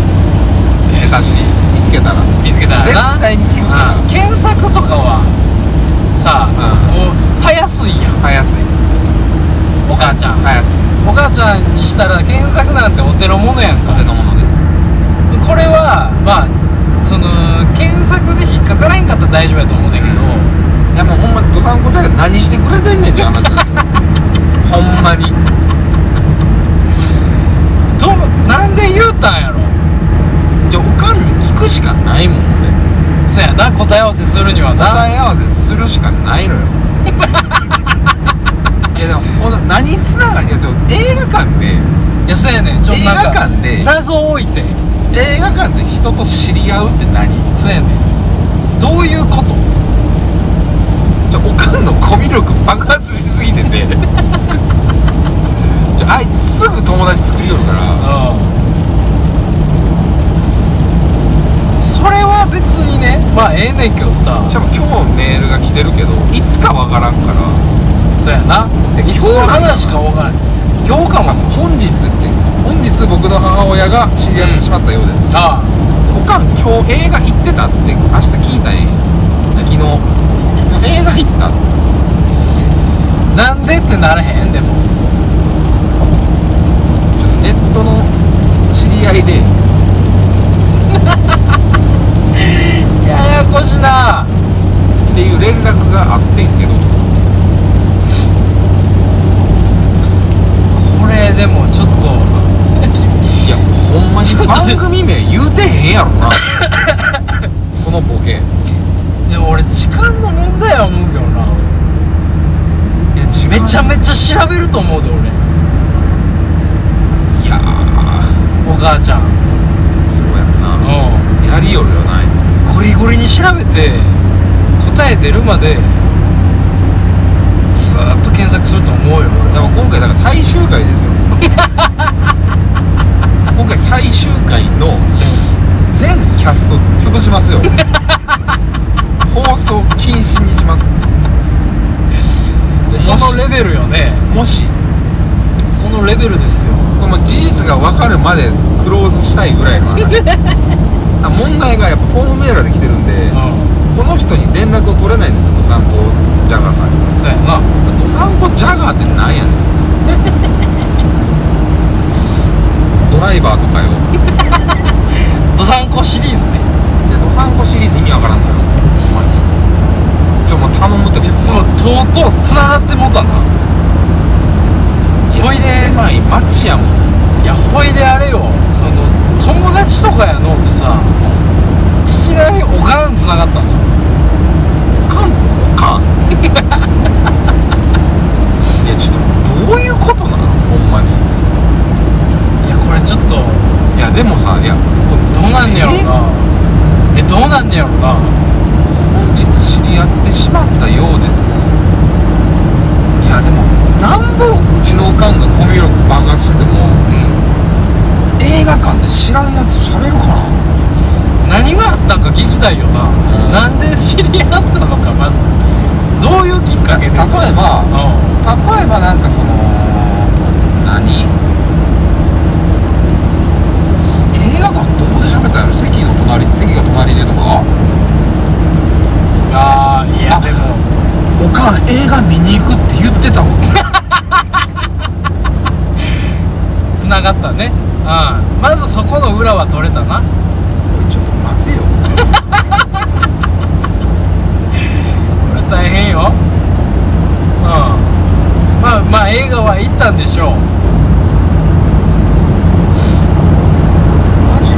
Speaker 1: 下手し見つけたら
Speaker 2: 見つけたら
Speaker 1: 絶
Speaker 2: な
Speaker 1: 対に聞くから
Speaker 2: うん検索とかはさ
Speaker 1: う
Speaker 2: もうたやすいやん
Speaker 1: 早すい
Speaker 2: お母ちゃん
Speaker 1: 早すいです
Speaker 2: お母ちゃんにしたら検索なんてお手の物やんか
Speaker 1: お手の物です
Speaker 2: これはまあその検索で引っかからへんかったら大丈夫やと思うねんだけど、
Speaker 1: いやもうほんまどさんこちゃんが何してくれてんねんって話なんですよほんまに
Speaker 2: どうなんで言うたんやろ
Speaker 1: じゃあおかんに聞くしかないもんね
Speaker 2: そやな答え合わせするにはな
Speaker 1: 答え合わせするしかない のよいやでもほんと何つながりいやでも映画館で
Speaker 2: いやそやねんちょ
Speaker 1: 映
Speaker 2: なん
Speaker 1: 画
Speaker 2: か
Speaker 1: 館で
Speaker 2: 謎多いて
Speaker 1: 映画館で人と知り合うって何
Speaker 2: そやねんどういうこと
Speaker 1: じゃあおかんのコミュ力爆発しすぎて てじゃああいつすぐ友達作りよるから
Speaker 2: それは別にねまあええねんけどさ
Speaker 1: しかも今日メールが来てるけどいつかわからんから
Speaker 2: そうやな
Speaker 1: え
Speaker 2: いつの話か分からん今日かも
Speaker 1: あ本日って本日僕の母親が知り合ってしまったようです、
Speaker 2: あ
Speaker 1: おかん今日映画行ってたって明日聞いたんや昨日映画行った
Speaker 2: あなんでってなれへんでも
Speaker 1: ちょっとネットの知り合いで
Speaker 2: ややこしな
Speaker 1: っていう連絡があってんけど
Speaker 2: これでもちょっと
Speaker 1: いやほんまに
Speaker 2: ちょっと
Speaker 1: 番組名言うてへんやろな このボケい
Speaker 2: でも俺時間の問題や思うけどな
Speaker 1: や自
Speaker 2: めちゃ
Speaker 1: ち
Speaker 2: めちゃ調べると思うで俺
Speaker 1: ゃいやー
Speaker 2: お母ちゃん
Speaker 1: そうやんな
Speaker 2: う
Speaker 1: やりよるよなあいつ
Speaker 2: んゴリゴリに調べて答え出るまでずーっと検索すると思うよ俺
Speaker 1: でも今回だから最終回です よ今回最終回の全キャスト潰しますよ 放送禁止にします
Speaker 2: でそのレベルよね
Speaker 1: もし
Speaker 2: そのレベルですよ
Speaker 1: この事実が分かるまでクローズしたいぐらいの 話あ問題がやっぱフォームメールで来てるんで
Speaker 2: う
Speaker 1: この人に連絡を取れないんですよドサンコジャガーさんに
Speaker 2: んそうやな
Speaker 1: ドサンコジャガーってなん やねんドライバーとかよ
Speaker 2: ドサンコシリーズね
Speaker 1: でドサンコシリーズ意味わからんのよほんまにちょもう頼むってこと
Speaker 2: でもとうとう繋がってもうたない
Speaker 1: や
Speaker 2: おいで
Speaker 1: 狭い町やもん
Speaker 2: いやほいであれよその友達とかやのってさいきなりおかん繋がったんだ
Speaker 1: かんとかんいやちょっとどういうことなのほんまに
Speaker 2: いやこれちょっと
Speaker 1: いやでもさいやこれ
Speaker 2: どうなんねやろなえどうなんねやろな
Speaker 1: 本日知り合ってしまったようですいやでもなんぼうちのおかんがコミュ力爆発してても
Speaker 2: うん
Speaker 1: 映画館で知らんやつ喋るかな
Speaker 2: 何があったんか聞きたいよな、
Speaker 1: ん
Speaker 2: なんで知り合ったのかまずどういうきっかけ
Speaker 1: 例え
Speaker 2: で
Speaker 1: ば
Speaker 2: う
Speaker 1: 例えばなんかその何映画館どこで喋ったの席の隣席が隣でとか
Speaker 2: んああいやでも
Speaker 1: おかん映画見に行くって言ってたもん
Speaker 2: つながったねうんまずそこの裏は取れたな
Speaker 1: おいちょっと待てよ
Speaker 2: これ大変ようんまあまあ映画は行ったんでしょう
Speaker 1: マジ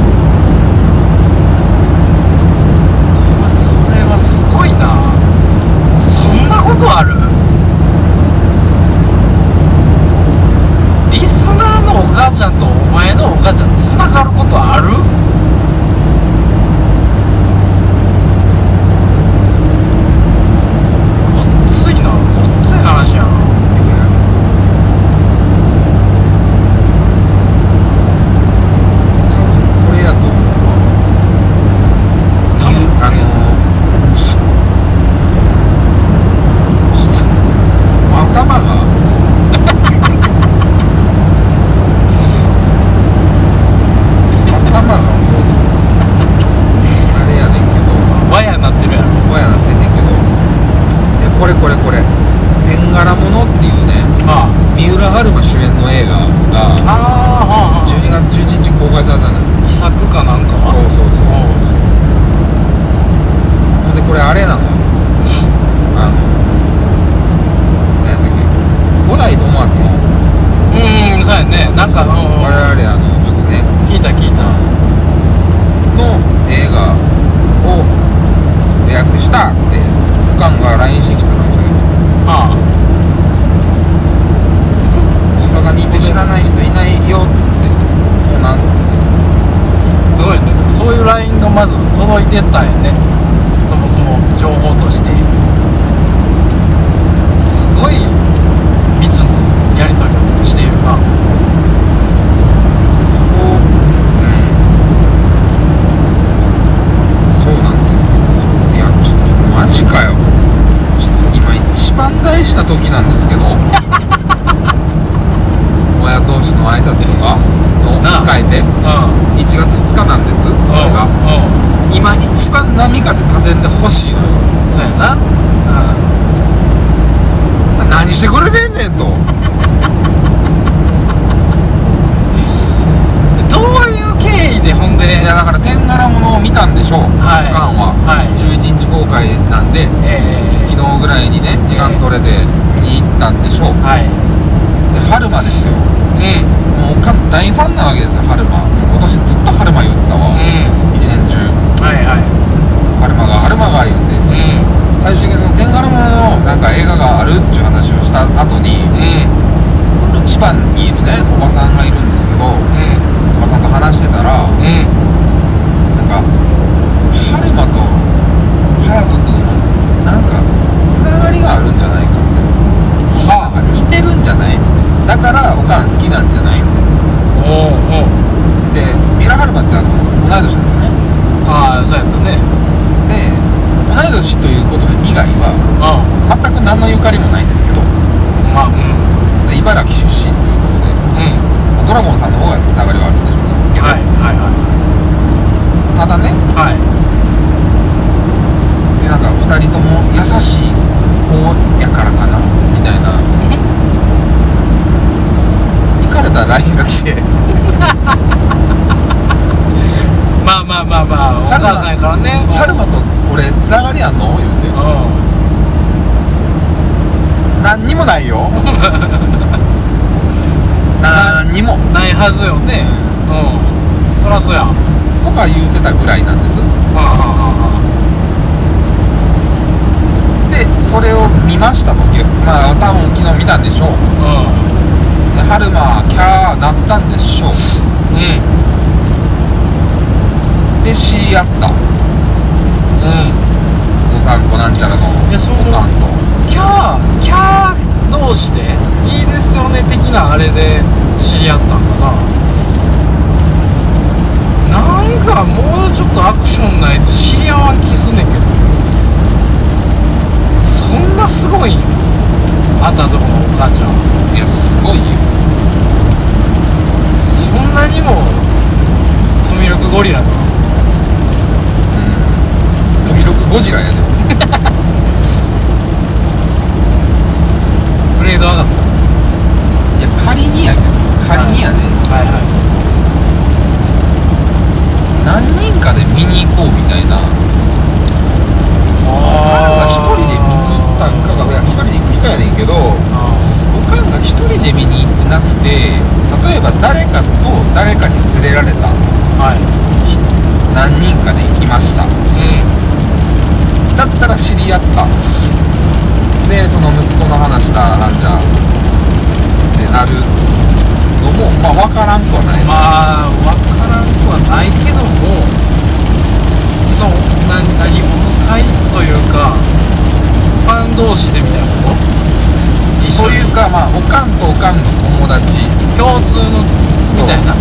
Speaker 1: これこれこれ「天柄物」っていうね
Speaker 2: ああ
Speaker 1: 三浦春馬主演の映画
Speaker 2: ああ
Speaker 1: が
Speaker 2: はあは
Speaker 1: 12月11日公開されたのよ
Speaker 2: あ遺作かなんか
Speaker 1: そう
Speaker 2: は
Speaker 1: そうそうそう
Speaker 2: うん
Speaker 1: ほんでこれあれなのよあの何やったっけ五代友厚の
Speaker 2: うんうんそうやねなんかうんうん
Speaker 1: 我々あのちょっとね
Speaker 2: 聞いた聞いた
Speaker 1: の映画を予約したっておかんが LINE してきたのよ
Speaker 2: あ
Speaker 1: 大阪にいて知らない人いないよっつってそうなんつって
Speaker 2: あすごいねそういう LINE がまず届いてったんやねそもそも情報としてすごい密のやり取りをしているな
Speaker 1: そううんそうなんですよそういやちょっとマジかよちょっと今一番大事な時なんですけど 親同士の挨拶とかの
Speaker 2: なあ
Speaker 1: 控えて
Speaker 2: うん
Speaker 1: 1月2日なんですこ
Speaker 2: うん
Speaker 1: れが。
Speaker 2: う
Speaker 1: 今一番波風立てんでほしいのよ
Speaker 2: んそうやなうん
Speaker 1: 何してくれてんねんと
Speaker 2: どういう経緯でほんで
Speaker 1: いやだから天柄物を見たんでしょう
Speaker 2: はい
Speaker 1: ガンは
Speaker 2: はい
Speaker 1: 11日公開なんで
Speaker 2: え
Speaker 1: 昨日ぐらいにね時間取れて見に行ったんでしょう
Speaker 2: ー、はい
Speaker 1: で春馬ですよ
Speaker 2: う
Speaker 1: もうかん大ファンなわけですよ春馬もう今年ずっと春馬言うてたわ
Speaker 2: ん
Speaker 1: 一年中
Speaker 2: うんはいは
Speaker 1: 春馬が春馬が言うて
Speaker 2: いうん
Speaker 1: 最終的にその天柄物のなんか映画があるっていう話をした後に
Speaker 2: うん
Speaker 1: 千葉にいるねおばさんがいるんですけどおばさんと話してたら
Speaker 2: うんうん
Speaker 1: なんか春馬と隼人君のなんかつながりがあるんじゃないかみたいななんか
Speaker 2: は
Speaker 1: 似てるんじゃないみたいなだからおかん好きなんじゃないみたいな
Speaker 2: あおうおう
Speaker 1: でミラハルマってあの同い年なんですよね
Speaker 2: ああそうやったね
Speaker 1: で同い年ということ以外は全
Speaker 2: う
Speaker 1: く何のゆかりもないんですけど
Speaker 2: んまあうん
Speaker 1: で茨城出身ということでまあドラ
Speaker 2: うん
Speaker 1: ゴンさんの方がつながりはあるんでしょうけど、
Speaker 2: はいはい
Speaker 1: ただね
Speaker 2: はいはい
Speaker 1: でなんか2人とも優しい子やからかなみたいな行かれた LINE が来て
Speaker 2: まあまあまあまあお母さんやからね
Speaker 1: 「春馬と俺つながりあんの?」言うて
Speaker 2: う
Speaker 1: 「何にもないよ」 何にも
Speaker 2: んないはずよねうんそらそうやうんうん
Speaker 1: とか言うてたぐらいなんです
Speaker 2: うん
Speaker 1: でそれを見ましたとまあ多分昨日見たんでしょう
Speaker 2: う
Speaker 1: で春馬キャーなったんでしょうん
Speaker 2: うん
Speaker 1: で知り合った
Speaker 2: う
Speaker 1: おさんこなんちゃらの
Speaker 2: んいやその
Speaker 1: おかんと
Speaker 2: キャーキャー同士でいいですよね的なあれで知り合ったんかななんかもうちょっとアクションないと知り合わん気すんねんけどそんなすごいんあんたんとこのお母ちゃん
Speaker 1: いやすごいよ
Speaker 2: そんなにもコミュ力ゴリラな
Speaker 1: コミロクゴジラやで
Speaker 2: グレード上がった
Speaker 1: いや仮にやで仮にやで
Speaker 2: はいはい
Speaker 1: 何人かで見に行こうみたいなおかんが一人で見に行ったんかがいや一人で行く人やねんけどおかんが一人で見に行ってなくて例えば誰かと誰かに連れられた
Speaker 2: はい
Speaker 1: 何人かで行きました
Speaker 2: う
Speaker 1: だったら知り合ったでその息子の話だなんじゃってなるのもまあ分からんくはない
Speaker 2: んまあわからんくはないけどもそう何何者かいというかファン同士でみたいなこと一
Speaker 1: とい
Speaker 2: 緒
Speaker 1: う
Speaker 2: に
Speaker 1: かまあおかんとおかんの友達
Speaker 2: 共通のみたいな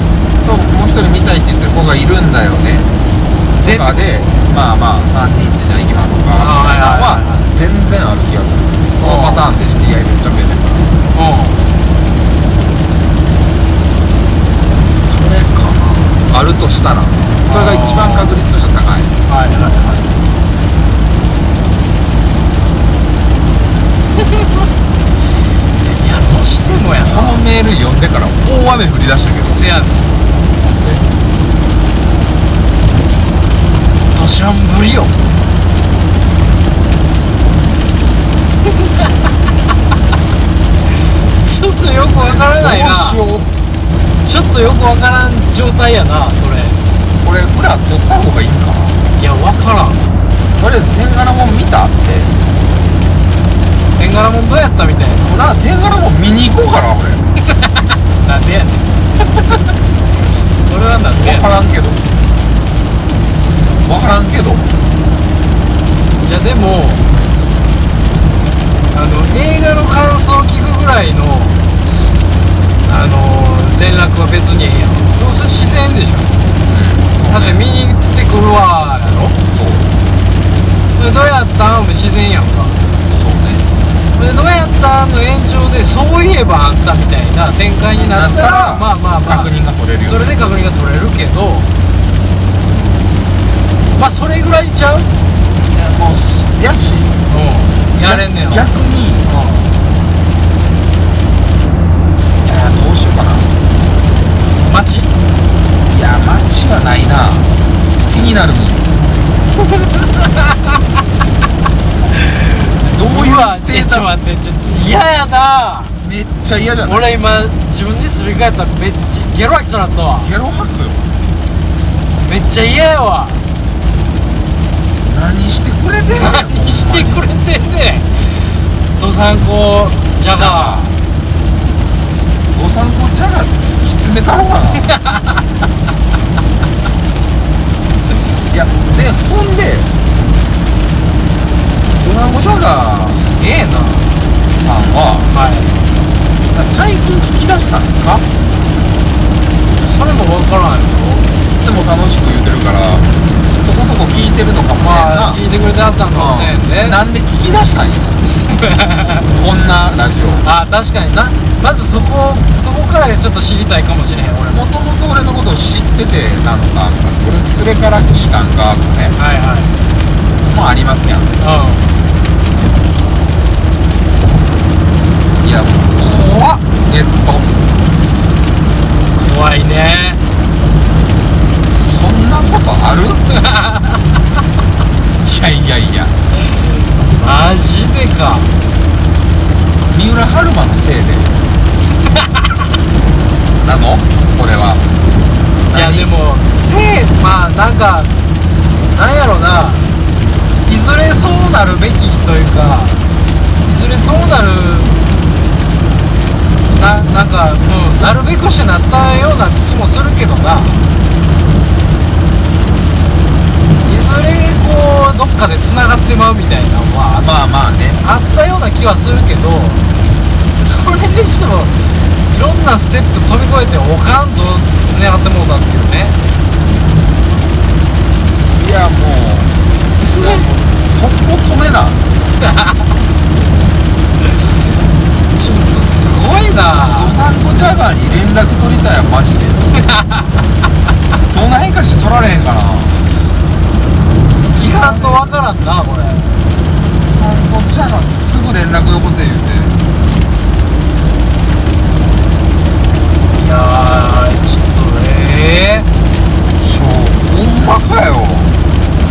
Speaker 1: ともう一人見たいって言ってる子がいるんだよね
Speaker 2: で
Speaker 1: とかでまあまあ3人でじゃあ行きましょうか
Speaker 2: あー
Speaker 1: は
Speaker 2: はいはいはい
Speaker 1: 全然ある気がするこのパターンで知り合いめっちゃ増えてるから
Speaker 2: う
Speaker 1: それかなあるとしたらそれが一番確率と しては高い
Speaker 2: んはいはいはい
Speaker 1: だから大雨降り出したけどせやねん
Speaker 2: どしゃんぶりよ ちょっとよくわからないな
Speaker 1: どうしよう
Speaker 2: ちょっとよくわからん状態やなそれ
Speaker 1: これ裏取った方がいいんかない
Speaker 2: やわからん
Speaker 1: とりあえず天柄もん見たって
Speaker 2: 天柄もんどうやったみたい
Speaker 1: な天柄もん見に行こうかな俺
Speaker 2: ななんでや ねんそれはなんでやねん
Speaker 1: 分からんけど分からんけど
Speaker 2: いやでもあの映画の感想を聞くぐらいのあの連絡は別にええやんどうせ自然でしょだって見に行ってくるわやろ
Speaker 1: そう
Speaker 2: それどうやったんも自然やんか
Speaker 1: そうね
Speaker 2: それどうやったんの延長でそういえばあんたみたいな展開に
Speaker 1: な
Speaker 2: な
Speaker 1: っ
Speaker 2: った
Speaker 1: たら
Speaker 2: らまあまあまあ
Speaker 1: 確認が取れるよ
Speaker 2: それで確認が取れるけどまあそれぐらいちゃう
Speaker 1: い
Speaker 2: う
Speaker 1: やもうやし
Speaker 2: んやれんねや
Speaker 1: 逆にいやどうしようかない
Speaker 2: 街
Speaker 1: やマッチはないな気になるもんどういう
Speaker 2: うわ
Speaker 1: ス
Speaker 2: え
Speaker 1: テー
Speaker 2: ちょっ
Speaker 1: タ
Speaker 2: と待ってちょっと嫌やな
Speaker 1: スめっちゃ嫌じゃない
Speaker 2: 俺今自分ですり替えたらめっちゃゲロ吐きそうなったわ
Speaker 1: ゲロ吐くよ
Speaker 2: めっちゃ嫌やわ
Speaker 1: 何してくれてんの
Speaker 2: 何してくれてんねんドサンコジャガー
Speaker 1: お散歩じゃが突き詰めたろうかないやでほんでドラゴジャガー
Speaker 2: すげえな
Speaker 1: さんは
Speaker 2: はい
Speaker 1: 最近聞き出したんかい
Speaker 2: それも分からんよ
Speaker 1: つも楽しく言うてるからそこそこ聞いてるのかもしれん
Speaker 2: ま
Speaker 1: な
Speaker 2: あ聞いてくれてあったんかもしれんね
Speaker 1: なんで聞き出 したんやこんなラジオ
Speaker 2: あ確かになまずそこそこからちょっと知りたいかもしれへん俺も
Speaker 1: もともと俺のことを知っててなのかこれそれから聞いたんかとかね
Speaker 2: はいはい
Speaker 1: もありますやん
Speaker 2: う
Speaker 1: いや怖っネット
Speaker 2: ん怖いね
Speaker 1: そんなことあ るいやいやいや
Speaker 2: マジでか
Speaker 1: 三浦春馬のせい でなのこれはい
Speaker 2: や
Speaker 1: 何
Speaker 2: でもせいまあなんかなんやろないずれそうなるべきというかいずれそうなるななんか、うん、なるべくしてなったような気もするけどないずれこうどっかでつながってまうみたいなのは
Speaker 1: まあまあね
Speaker 2: あったような気はするけどそれにしてもいろんなステップ飛び越えておかんとつながってもうたっていうね
Speaker 1: いやもういやもうそこ止めな
Speaker 2: ちょっとすごい
Speaker 1: ド
Speaker 2: な
Speaker 1: サンコジャガーに連絡取りたいわマジ でどないかして取られへんかな
Speaker 2: 時間とわからんなこれ
Speaker 1: ドサンコジャガーすぐ連絡よこせ言うて
Speaker 2: いやーちょっとええ
Speaker 1: しょうほんまかよ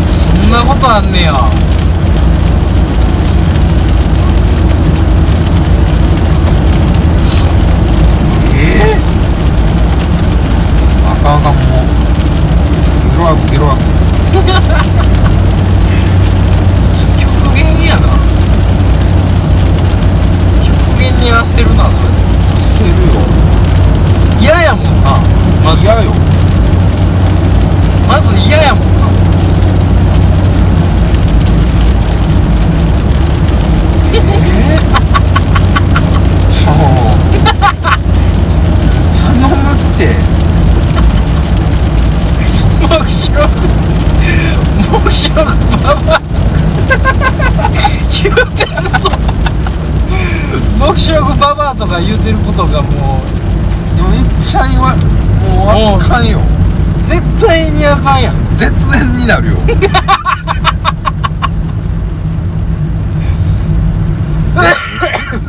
Speaker 2: そんなことあんねや
Speaker 1: ええあかんあかんもうゲロワクゲロワク
Speaker 2: 極限やな極限にやらせてるなそれ
Speaker 1: せるよ
Speaker 2: 嫌やもんなまず
Speaker 1: 嫌よ
Speaker 2: まず嫌やもんな
Speaker 1: しょう頼むって
Speaker 2: 目白目白ババア言うてるぞ目白ババアとか言うてることがもう
Speaker 1: でもめっちゃ言わもうあかんよ
Speaker 2: 絶対にあかんやん
Speaker 1: 絶縁になるよ絶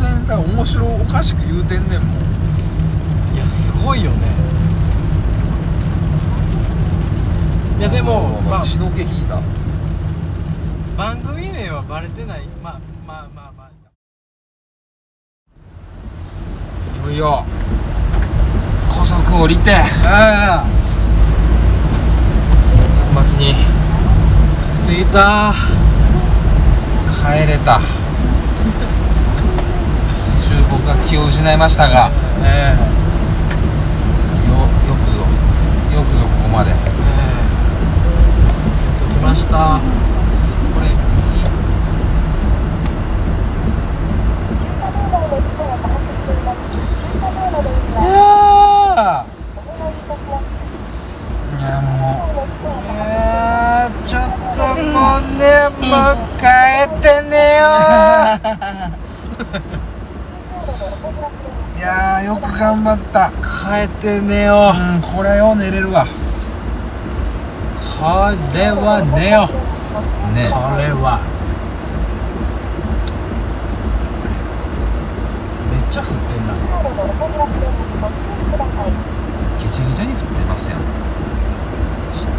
Speaker 1: 縁さ面白おかしく言うてんねんもん
Speaker 2: いやごいよねいやでも、まあ、
Speaker 1: 血の気引いた
Speaker 2: 番組名はバレてないまあまあまあ
Speaker 1: い
Speaker 2: ま
Speaker 1: よいよ高速降りて
Speaker 2: ああ
Speaker 1: 年末に
Speaker 2: 着いた
Speaker 1: 帰れた中国が気を失いましたがよ
Speaker 2: え
Speaker 1: よくぞよくぞここまで
Speaker 2: えええやっときました
Speaker 1: これいやーいやもういやーちょっともうねもう帰ってねよー いやーよく頑張った
Speaker 2: 帰って寝よう
Speaker 1: うんこれはよう寝れるわ
Speaker 2: これは寝よう
Speaker 1: ね
Speaker 2: これはめっちゃ降ってんな
Speaker 1: げちゃげちゃに降ってますよ
Speaker 2: 知った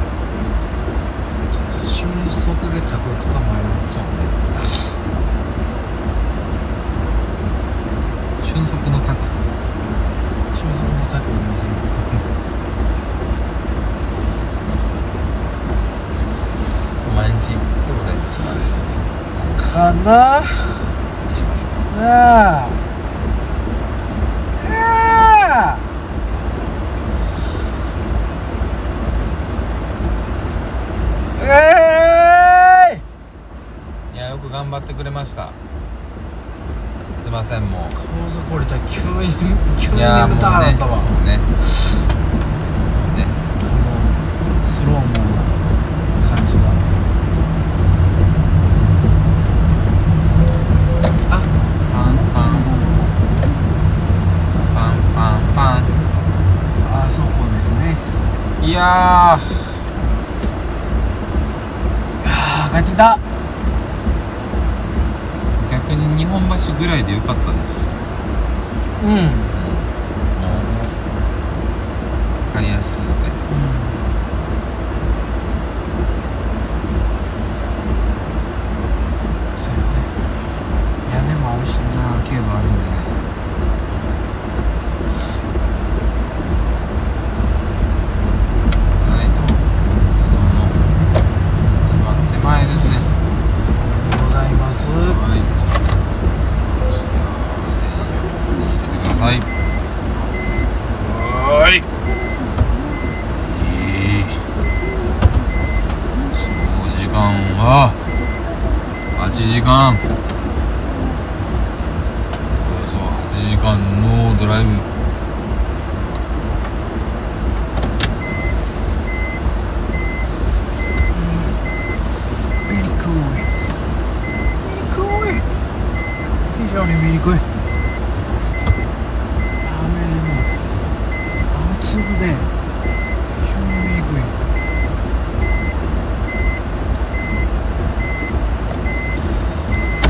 Speaker 2: ちょっと収束でタコ捕まえよう
Speaker 1: そうね俊足のタコ
Speaker 2: 収束のタコを見せる
Speaker 1: お前んちどこでそばで
Speaker 2: かな
Speaker 1: にしましょ
Speaker 2: なあああえいう
Speaker 1: いやよく頑張ってくれましたすいませんもう
Speaker 2: 高速降りたら急に急に
Speaker 1: いやーも
Speaker 2: 眠
Speaker 1: う
Speaker 2: たな
Speaker 1: ね
Speaker 2: ったわこ
Speaker 1: そうねね
Speaker 2: のスローモンな感じが
Speaker 1: パンパンパンパンパン
Speaker 2: ああそうこうですね
Speaker 1: いや
Speaker 2: ああ帰ってきた
Speaker 1: ー逆に日本橋ぐらいでよかったですも
Speaker 2: うん、う
Speaker 1: う
Speaker 2: ん、
Speaker 1: 分かりやすいので
Speaker 2: そうよね屋根もあるし
Speaker 1: そんなアーケードあるんでねはいとうどんの一番手前ですね
Speaker 2: ございます
Speaker 1: はい幸せに生きてくださいはーいえー総時間は8時間およそ8時間のドライブ
Speaker 2: ビリクイビリクイ非常にビリクイ雨でも雨粒で非常にビリクイ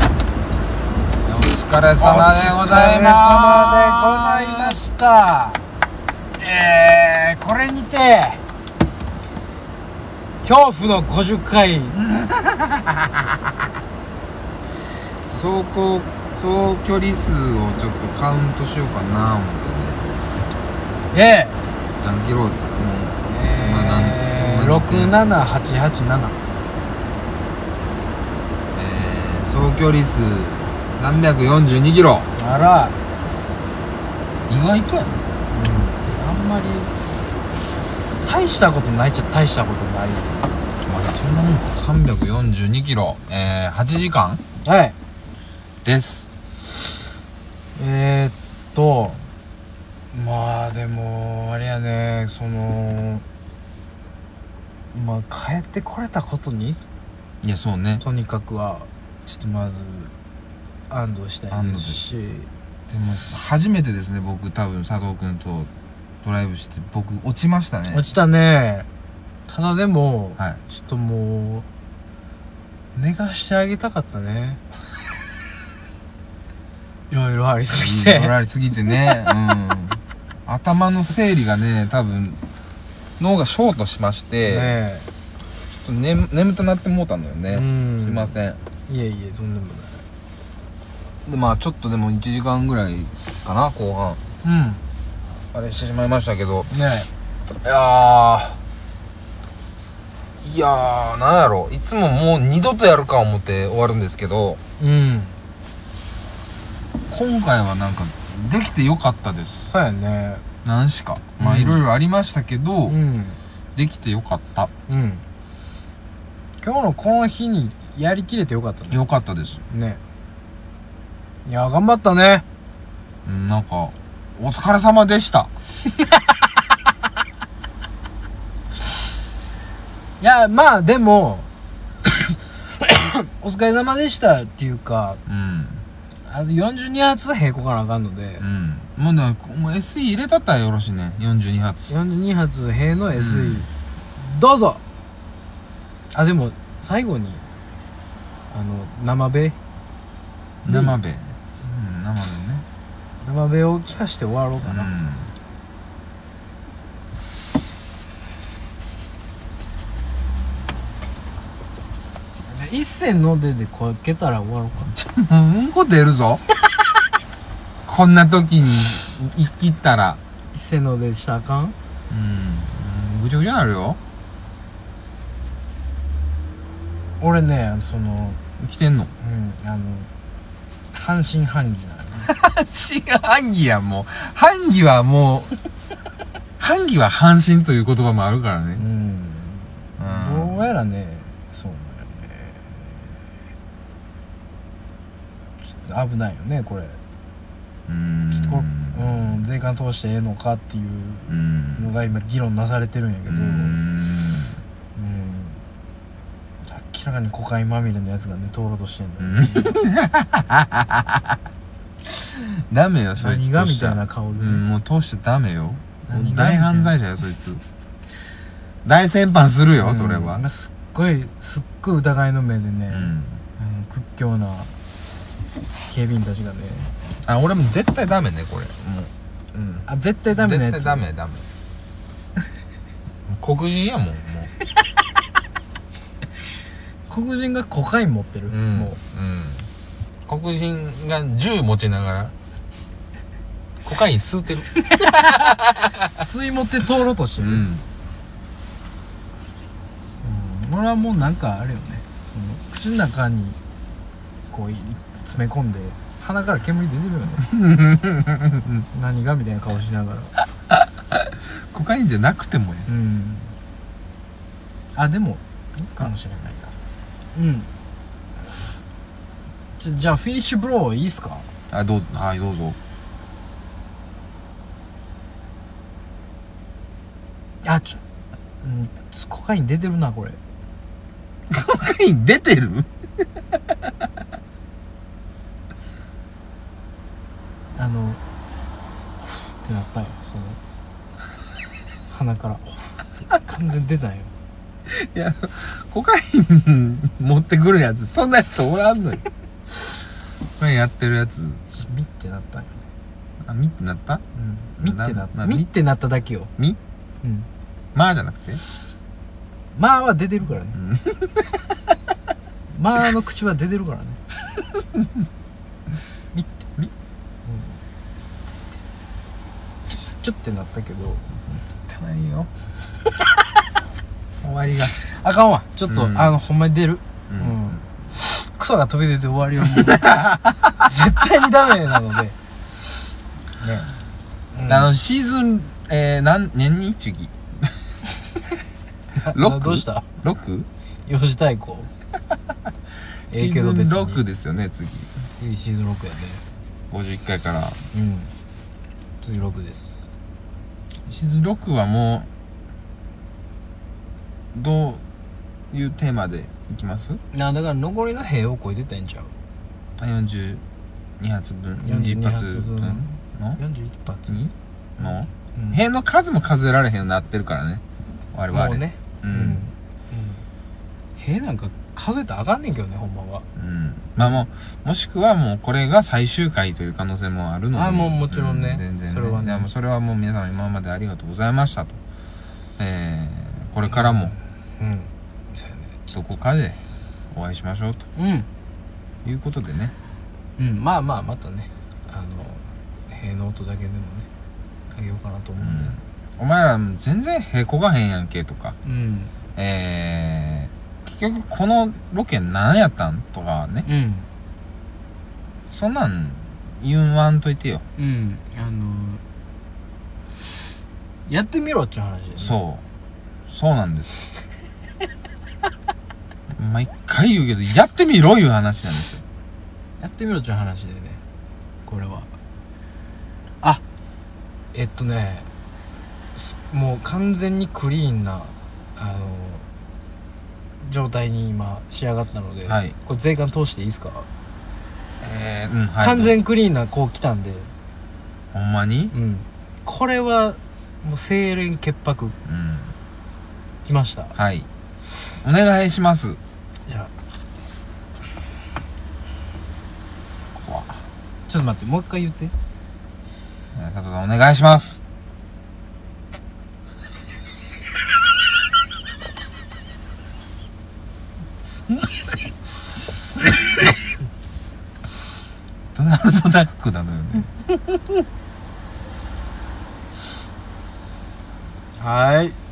Speaker 1: お疲れ様でございます
Speaker 2: お疲れ様でございましたえー、これにて恐怖の50回
Speaker 1: 走行総距離数をちょっとカウントしようかな思ってね
Speaker 2: え
Speaker 1: 何キロもう
Speaker 2: え
Speaker 1: まあなん
Speaker 2: 67887
Speaker 1: えー総距離数342キロ
Speaker 2: あら、
Speaker 1: 意外とやな
Speaker 2: あんまり大したことないっちゃ大したことない
Speaker 1: まだそんなもんか342キロえー、8時間
Speaker 2: はい
Speaker 1: です
Speaker 2: えー、っとまあでもあれやねそのまあ帰ってこれたことに
Speaker 1: いやそうね
Speaker 2: とにかくはちょっとまず安堵したいですし
Speaker 1: でも初めてですね僕多分佐藤君とドライブして僕落ちましたね
Speaker 2: 落ちたねただでも、
Speaker 1: はい
Speaker 2: ちょっともう寝かしてあげたかったねいろいろありすぎて、
Speaker 1: 取られすぎてね、 うん、頭の整理がね多分脳がショートしまして、
Speaker 2: ね
Speaker 1: ちょっと眠眠たなってもうたんだよね、
Speaker 2: うん
Speaker 1: すいません
Speaker 2: えいえいえとんでもない
Speaker 1: でまあちょっとでも1時間ぐらいかな後半
Speaker 2: うん
Speaker 1: あれしてしまいましたけど
Speaker 2: ね
Speaker 1: いやーいやーなんやろいつももう二度とやるか思って終わるんですけど
Speaker 2: えうん
Speaker 1: 今回はなんかできてよかったです
Speaker 2: そうやね
Speaker 1: 何しかまあ
Speaker 2: うん
Speaker 1: いろいろありましたけど、
Speaker 2: うん
Speaker 1: できてよかった
Speaker 2: うん今日のこの日にやりきれてよかったね
Speaker 1: よかったです
Speaker 2: ねいや頑張ったね
Speaker 1: うんなんかお疲れ様でした
Speaker 2: いやまあで も お疲れ様でしたっていうか
Speaker 1: うん
Speaker 2: あと42発は平行かなあかんので
Speaker 1: うんもうねお前 SE 入れたったらよろしいね42発
Speaker 2: 42発平の SE、
Speaker 1: うん
Speaker 2: どうぞあでも最後にあの生べ
Speaker 1: 生べうん生べね
Speaker 2: 生べを聞かして終わろうかな、一銭の出でこけたら終わろうか
Speaker 1: うんうんこ出る ぞこんな時に生きったら
Speaker 2: 一銭の出でしたらあかん
Speaker 1: うんうんぐちゃぐちゃになるよ
Speaker 2: 俺ねその
Speaker 1: 来てんの
Speaker 2: うんあの半信半疑なの
Speaker 1: 違う半疑やもう半疑はもう半疑は半身という言葉もあるからね
Speaker 2: うんどうやらねそうなんよねちょっと危ないよねこれ
Speaker 1: うん
Speaker 2: ちょっとこれうん税関通してええのかっていう
Speaker 1: うん
Speaker 2: のが今議論なされてるんやけ
Speaker 1: う
Speaker 2: どうん
Speaker 1: ん
Speaker 2: 明らかにコカインまみれのやつがね通ろうとしてんのよ
Speaker 1: ダメよそいつ
Speaker 2: 何が
Speaker 1: と
Speaker 2: み
Speaker 1: して
Speaker 2: たいな顔で
Speaker 1: うんもう通してダメよ
Speaker 2: 何が
Speaker 1: 大犯罪者よそいつ大戦犯するよ、
Speaker 2: うん
Speaker 1: それは
Speaker 2: 今すっごいすっごい疑いの目でね、
Speaker 1: うん
Speaker 2: あの屈強な警備員たちがね
Speaker 1: あ俺も絶対ダメねこれもううん
Speaker 2: あ絶対ダメなやつ
Speaker 1: 絶対ダメダ メ黒人やもんも
Speaker 2: 黒人がコカイン持ってる、
Speaker 1: う、うん、
Speaker 2: も
Speaker 1: うん黒人が銃持ちながらコカイン吸うてる
Speaker 2: う吸い持って通ろうとしてる、
Speaker 1: ん
Speaker 2: うん俺はもうなんかあれよねその口の中にこうい詰め込んで鼻から煙出てるよね何がみたいな顔しながら
Speaker 1: コカインじゃなくてもや
Speaker 2: うんあでもいいかもしれないなうんちょじゃあフィニッシュブローいいっすか
Speaker 1: あどうはいどうぞ
Speaker 2: あちょ、うん、コカイン出てるなこれ
Speaker 1: コカイン出てる
Speaker 2: あのふってなったんよその鼻からふって完全に出たんよ
Speaker 1: いやコカイン持ってくるやつそんなやつおらんのよコカインやってるやつ
Speaker 2: ミってなったんよね
Speaker 1: あみってなった
Speaker 2: うんミってな
Speaker 1: な
Speaker 2: った
Speaker 1: な
Speaker 2: ミってなっただけよ
Speaker 1: み
Speaker 2: うん
Speaker 1: まあじゃなくて
Speaker 2: まあは出てるからね
Speaker 1: ん
Speaker 2: まあの口は出てるから ねミって
Speaker 1: ミ
Speaker 2: うんちょってなったけど
Speaker 1: 汚い よ終わりが
Speaker 2: あかんわちょっと、
Speaker 1: うん
Speaker 2: あのほんまに出る
Speaker 1: う
Speaker 2: うん
Speaker 1: ん、
Speaker 2: クソが飛び出て終わりはもう絶対にダメなの でねうん
Speaker 1: あのシーズンえー、何年に中期
Speaker 2: などうした
Speaker 1: 6?
Speaker 2: 四時対抗ええけど別
Speaker 1: シー
Speaker 2: に
Speaker 1: ズン6ですよね次
Speaker 2: 次シーズン6やね
Speaker 1: 51回から
Speaker 2: うん次6です
Speaker 1: シーズン6はもうどういうテーマでいきます
Speaker 2: なだから残りの兵を超えてたんちゃう
Speaker 1: 42発分
Speaker 2: 42
Speaker 1: 41発分
Speaker 2: 発
Speaker 1: の
Speaker 2: 41発
Speaker 1: にの
Speaker 2: うん
Speaker 1: 辺の数も数えられへんようになってるからね我々
Speaker 2: もうね
Speaker 1: う
Speaker 2: うんん塀なんか数えたらあかんねんけどねほんまは
Speaker 1: うんまあもうもしくはもうこれが最終回という可能性もあるので
Speaker 2: あもうもちろんね
Speaker 1: う全然ね
Speaker 2: それはね
Speaker 1: でもそれはもう皆様今までありがとうございましたとえー、これからも
Speaker 2: うんそうやね
Speaker 1: そこかでお会いしましょうと
Speaker 2: うん
Speaker 1: いうことでね
Speaker 2: うん、まあまあまたねあの塀の音だけでもねあげようかなと思うんで
Speaker 1: お前ら全然へこがへんやんけとか
Speaker 2: うん
Speaker 1: えー、結局このロケ何やったんとかね
Speaker 2: うん
Speaker 1: そんなん言わんといてよ
Speaker 2: うんあのやってみろっちゅう話だよね
Speaker 1: そうそうなんです 毎回言うけどやってみろいう話なんですよ
Speaker 2: やってみろっちゅう話でねこれはあえっとねすもう完全にクリーンなあの状態に今仕上がったので、
Speaker 1: はい
Speaker 2: これ税関通していいですか、
Speaker 1: えー、うんはい
Speaker 2: 完全クリーンなこう来たんで
Speaker 1: ほんまに
Speaker 2: うん、これはもう清廉潔白
Speaker 1: うん
Speaker 2: きました
Speaker 1: はいお願いします
Speaker 2: じゃあ
Speaker 1: 怖っ
Speaker 2: ちょっと待ってもう一回言って
Speaker 1: えー佐藤さんお願いします ドナルドダックなのよね
Speaker 2: はーい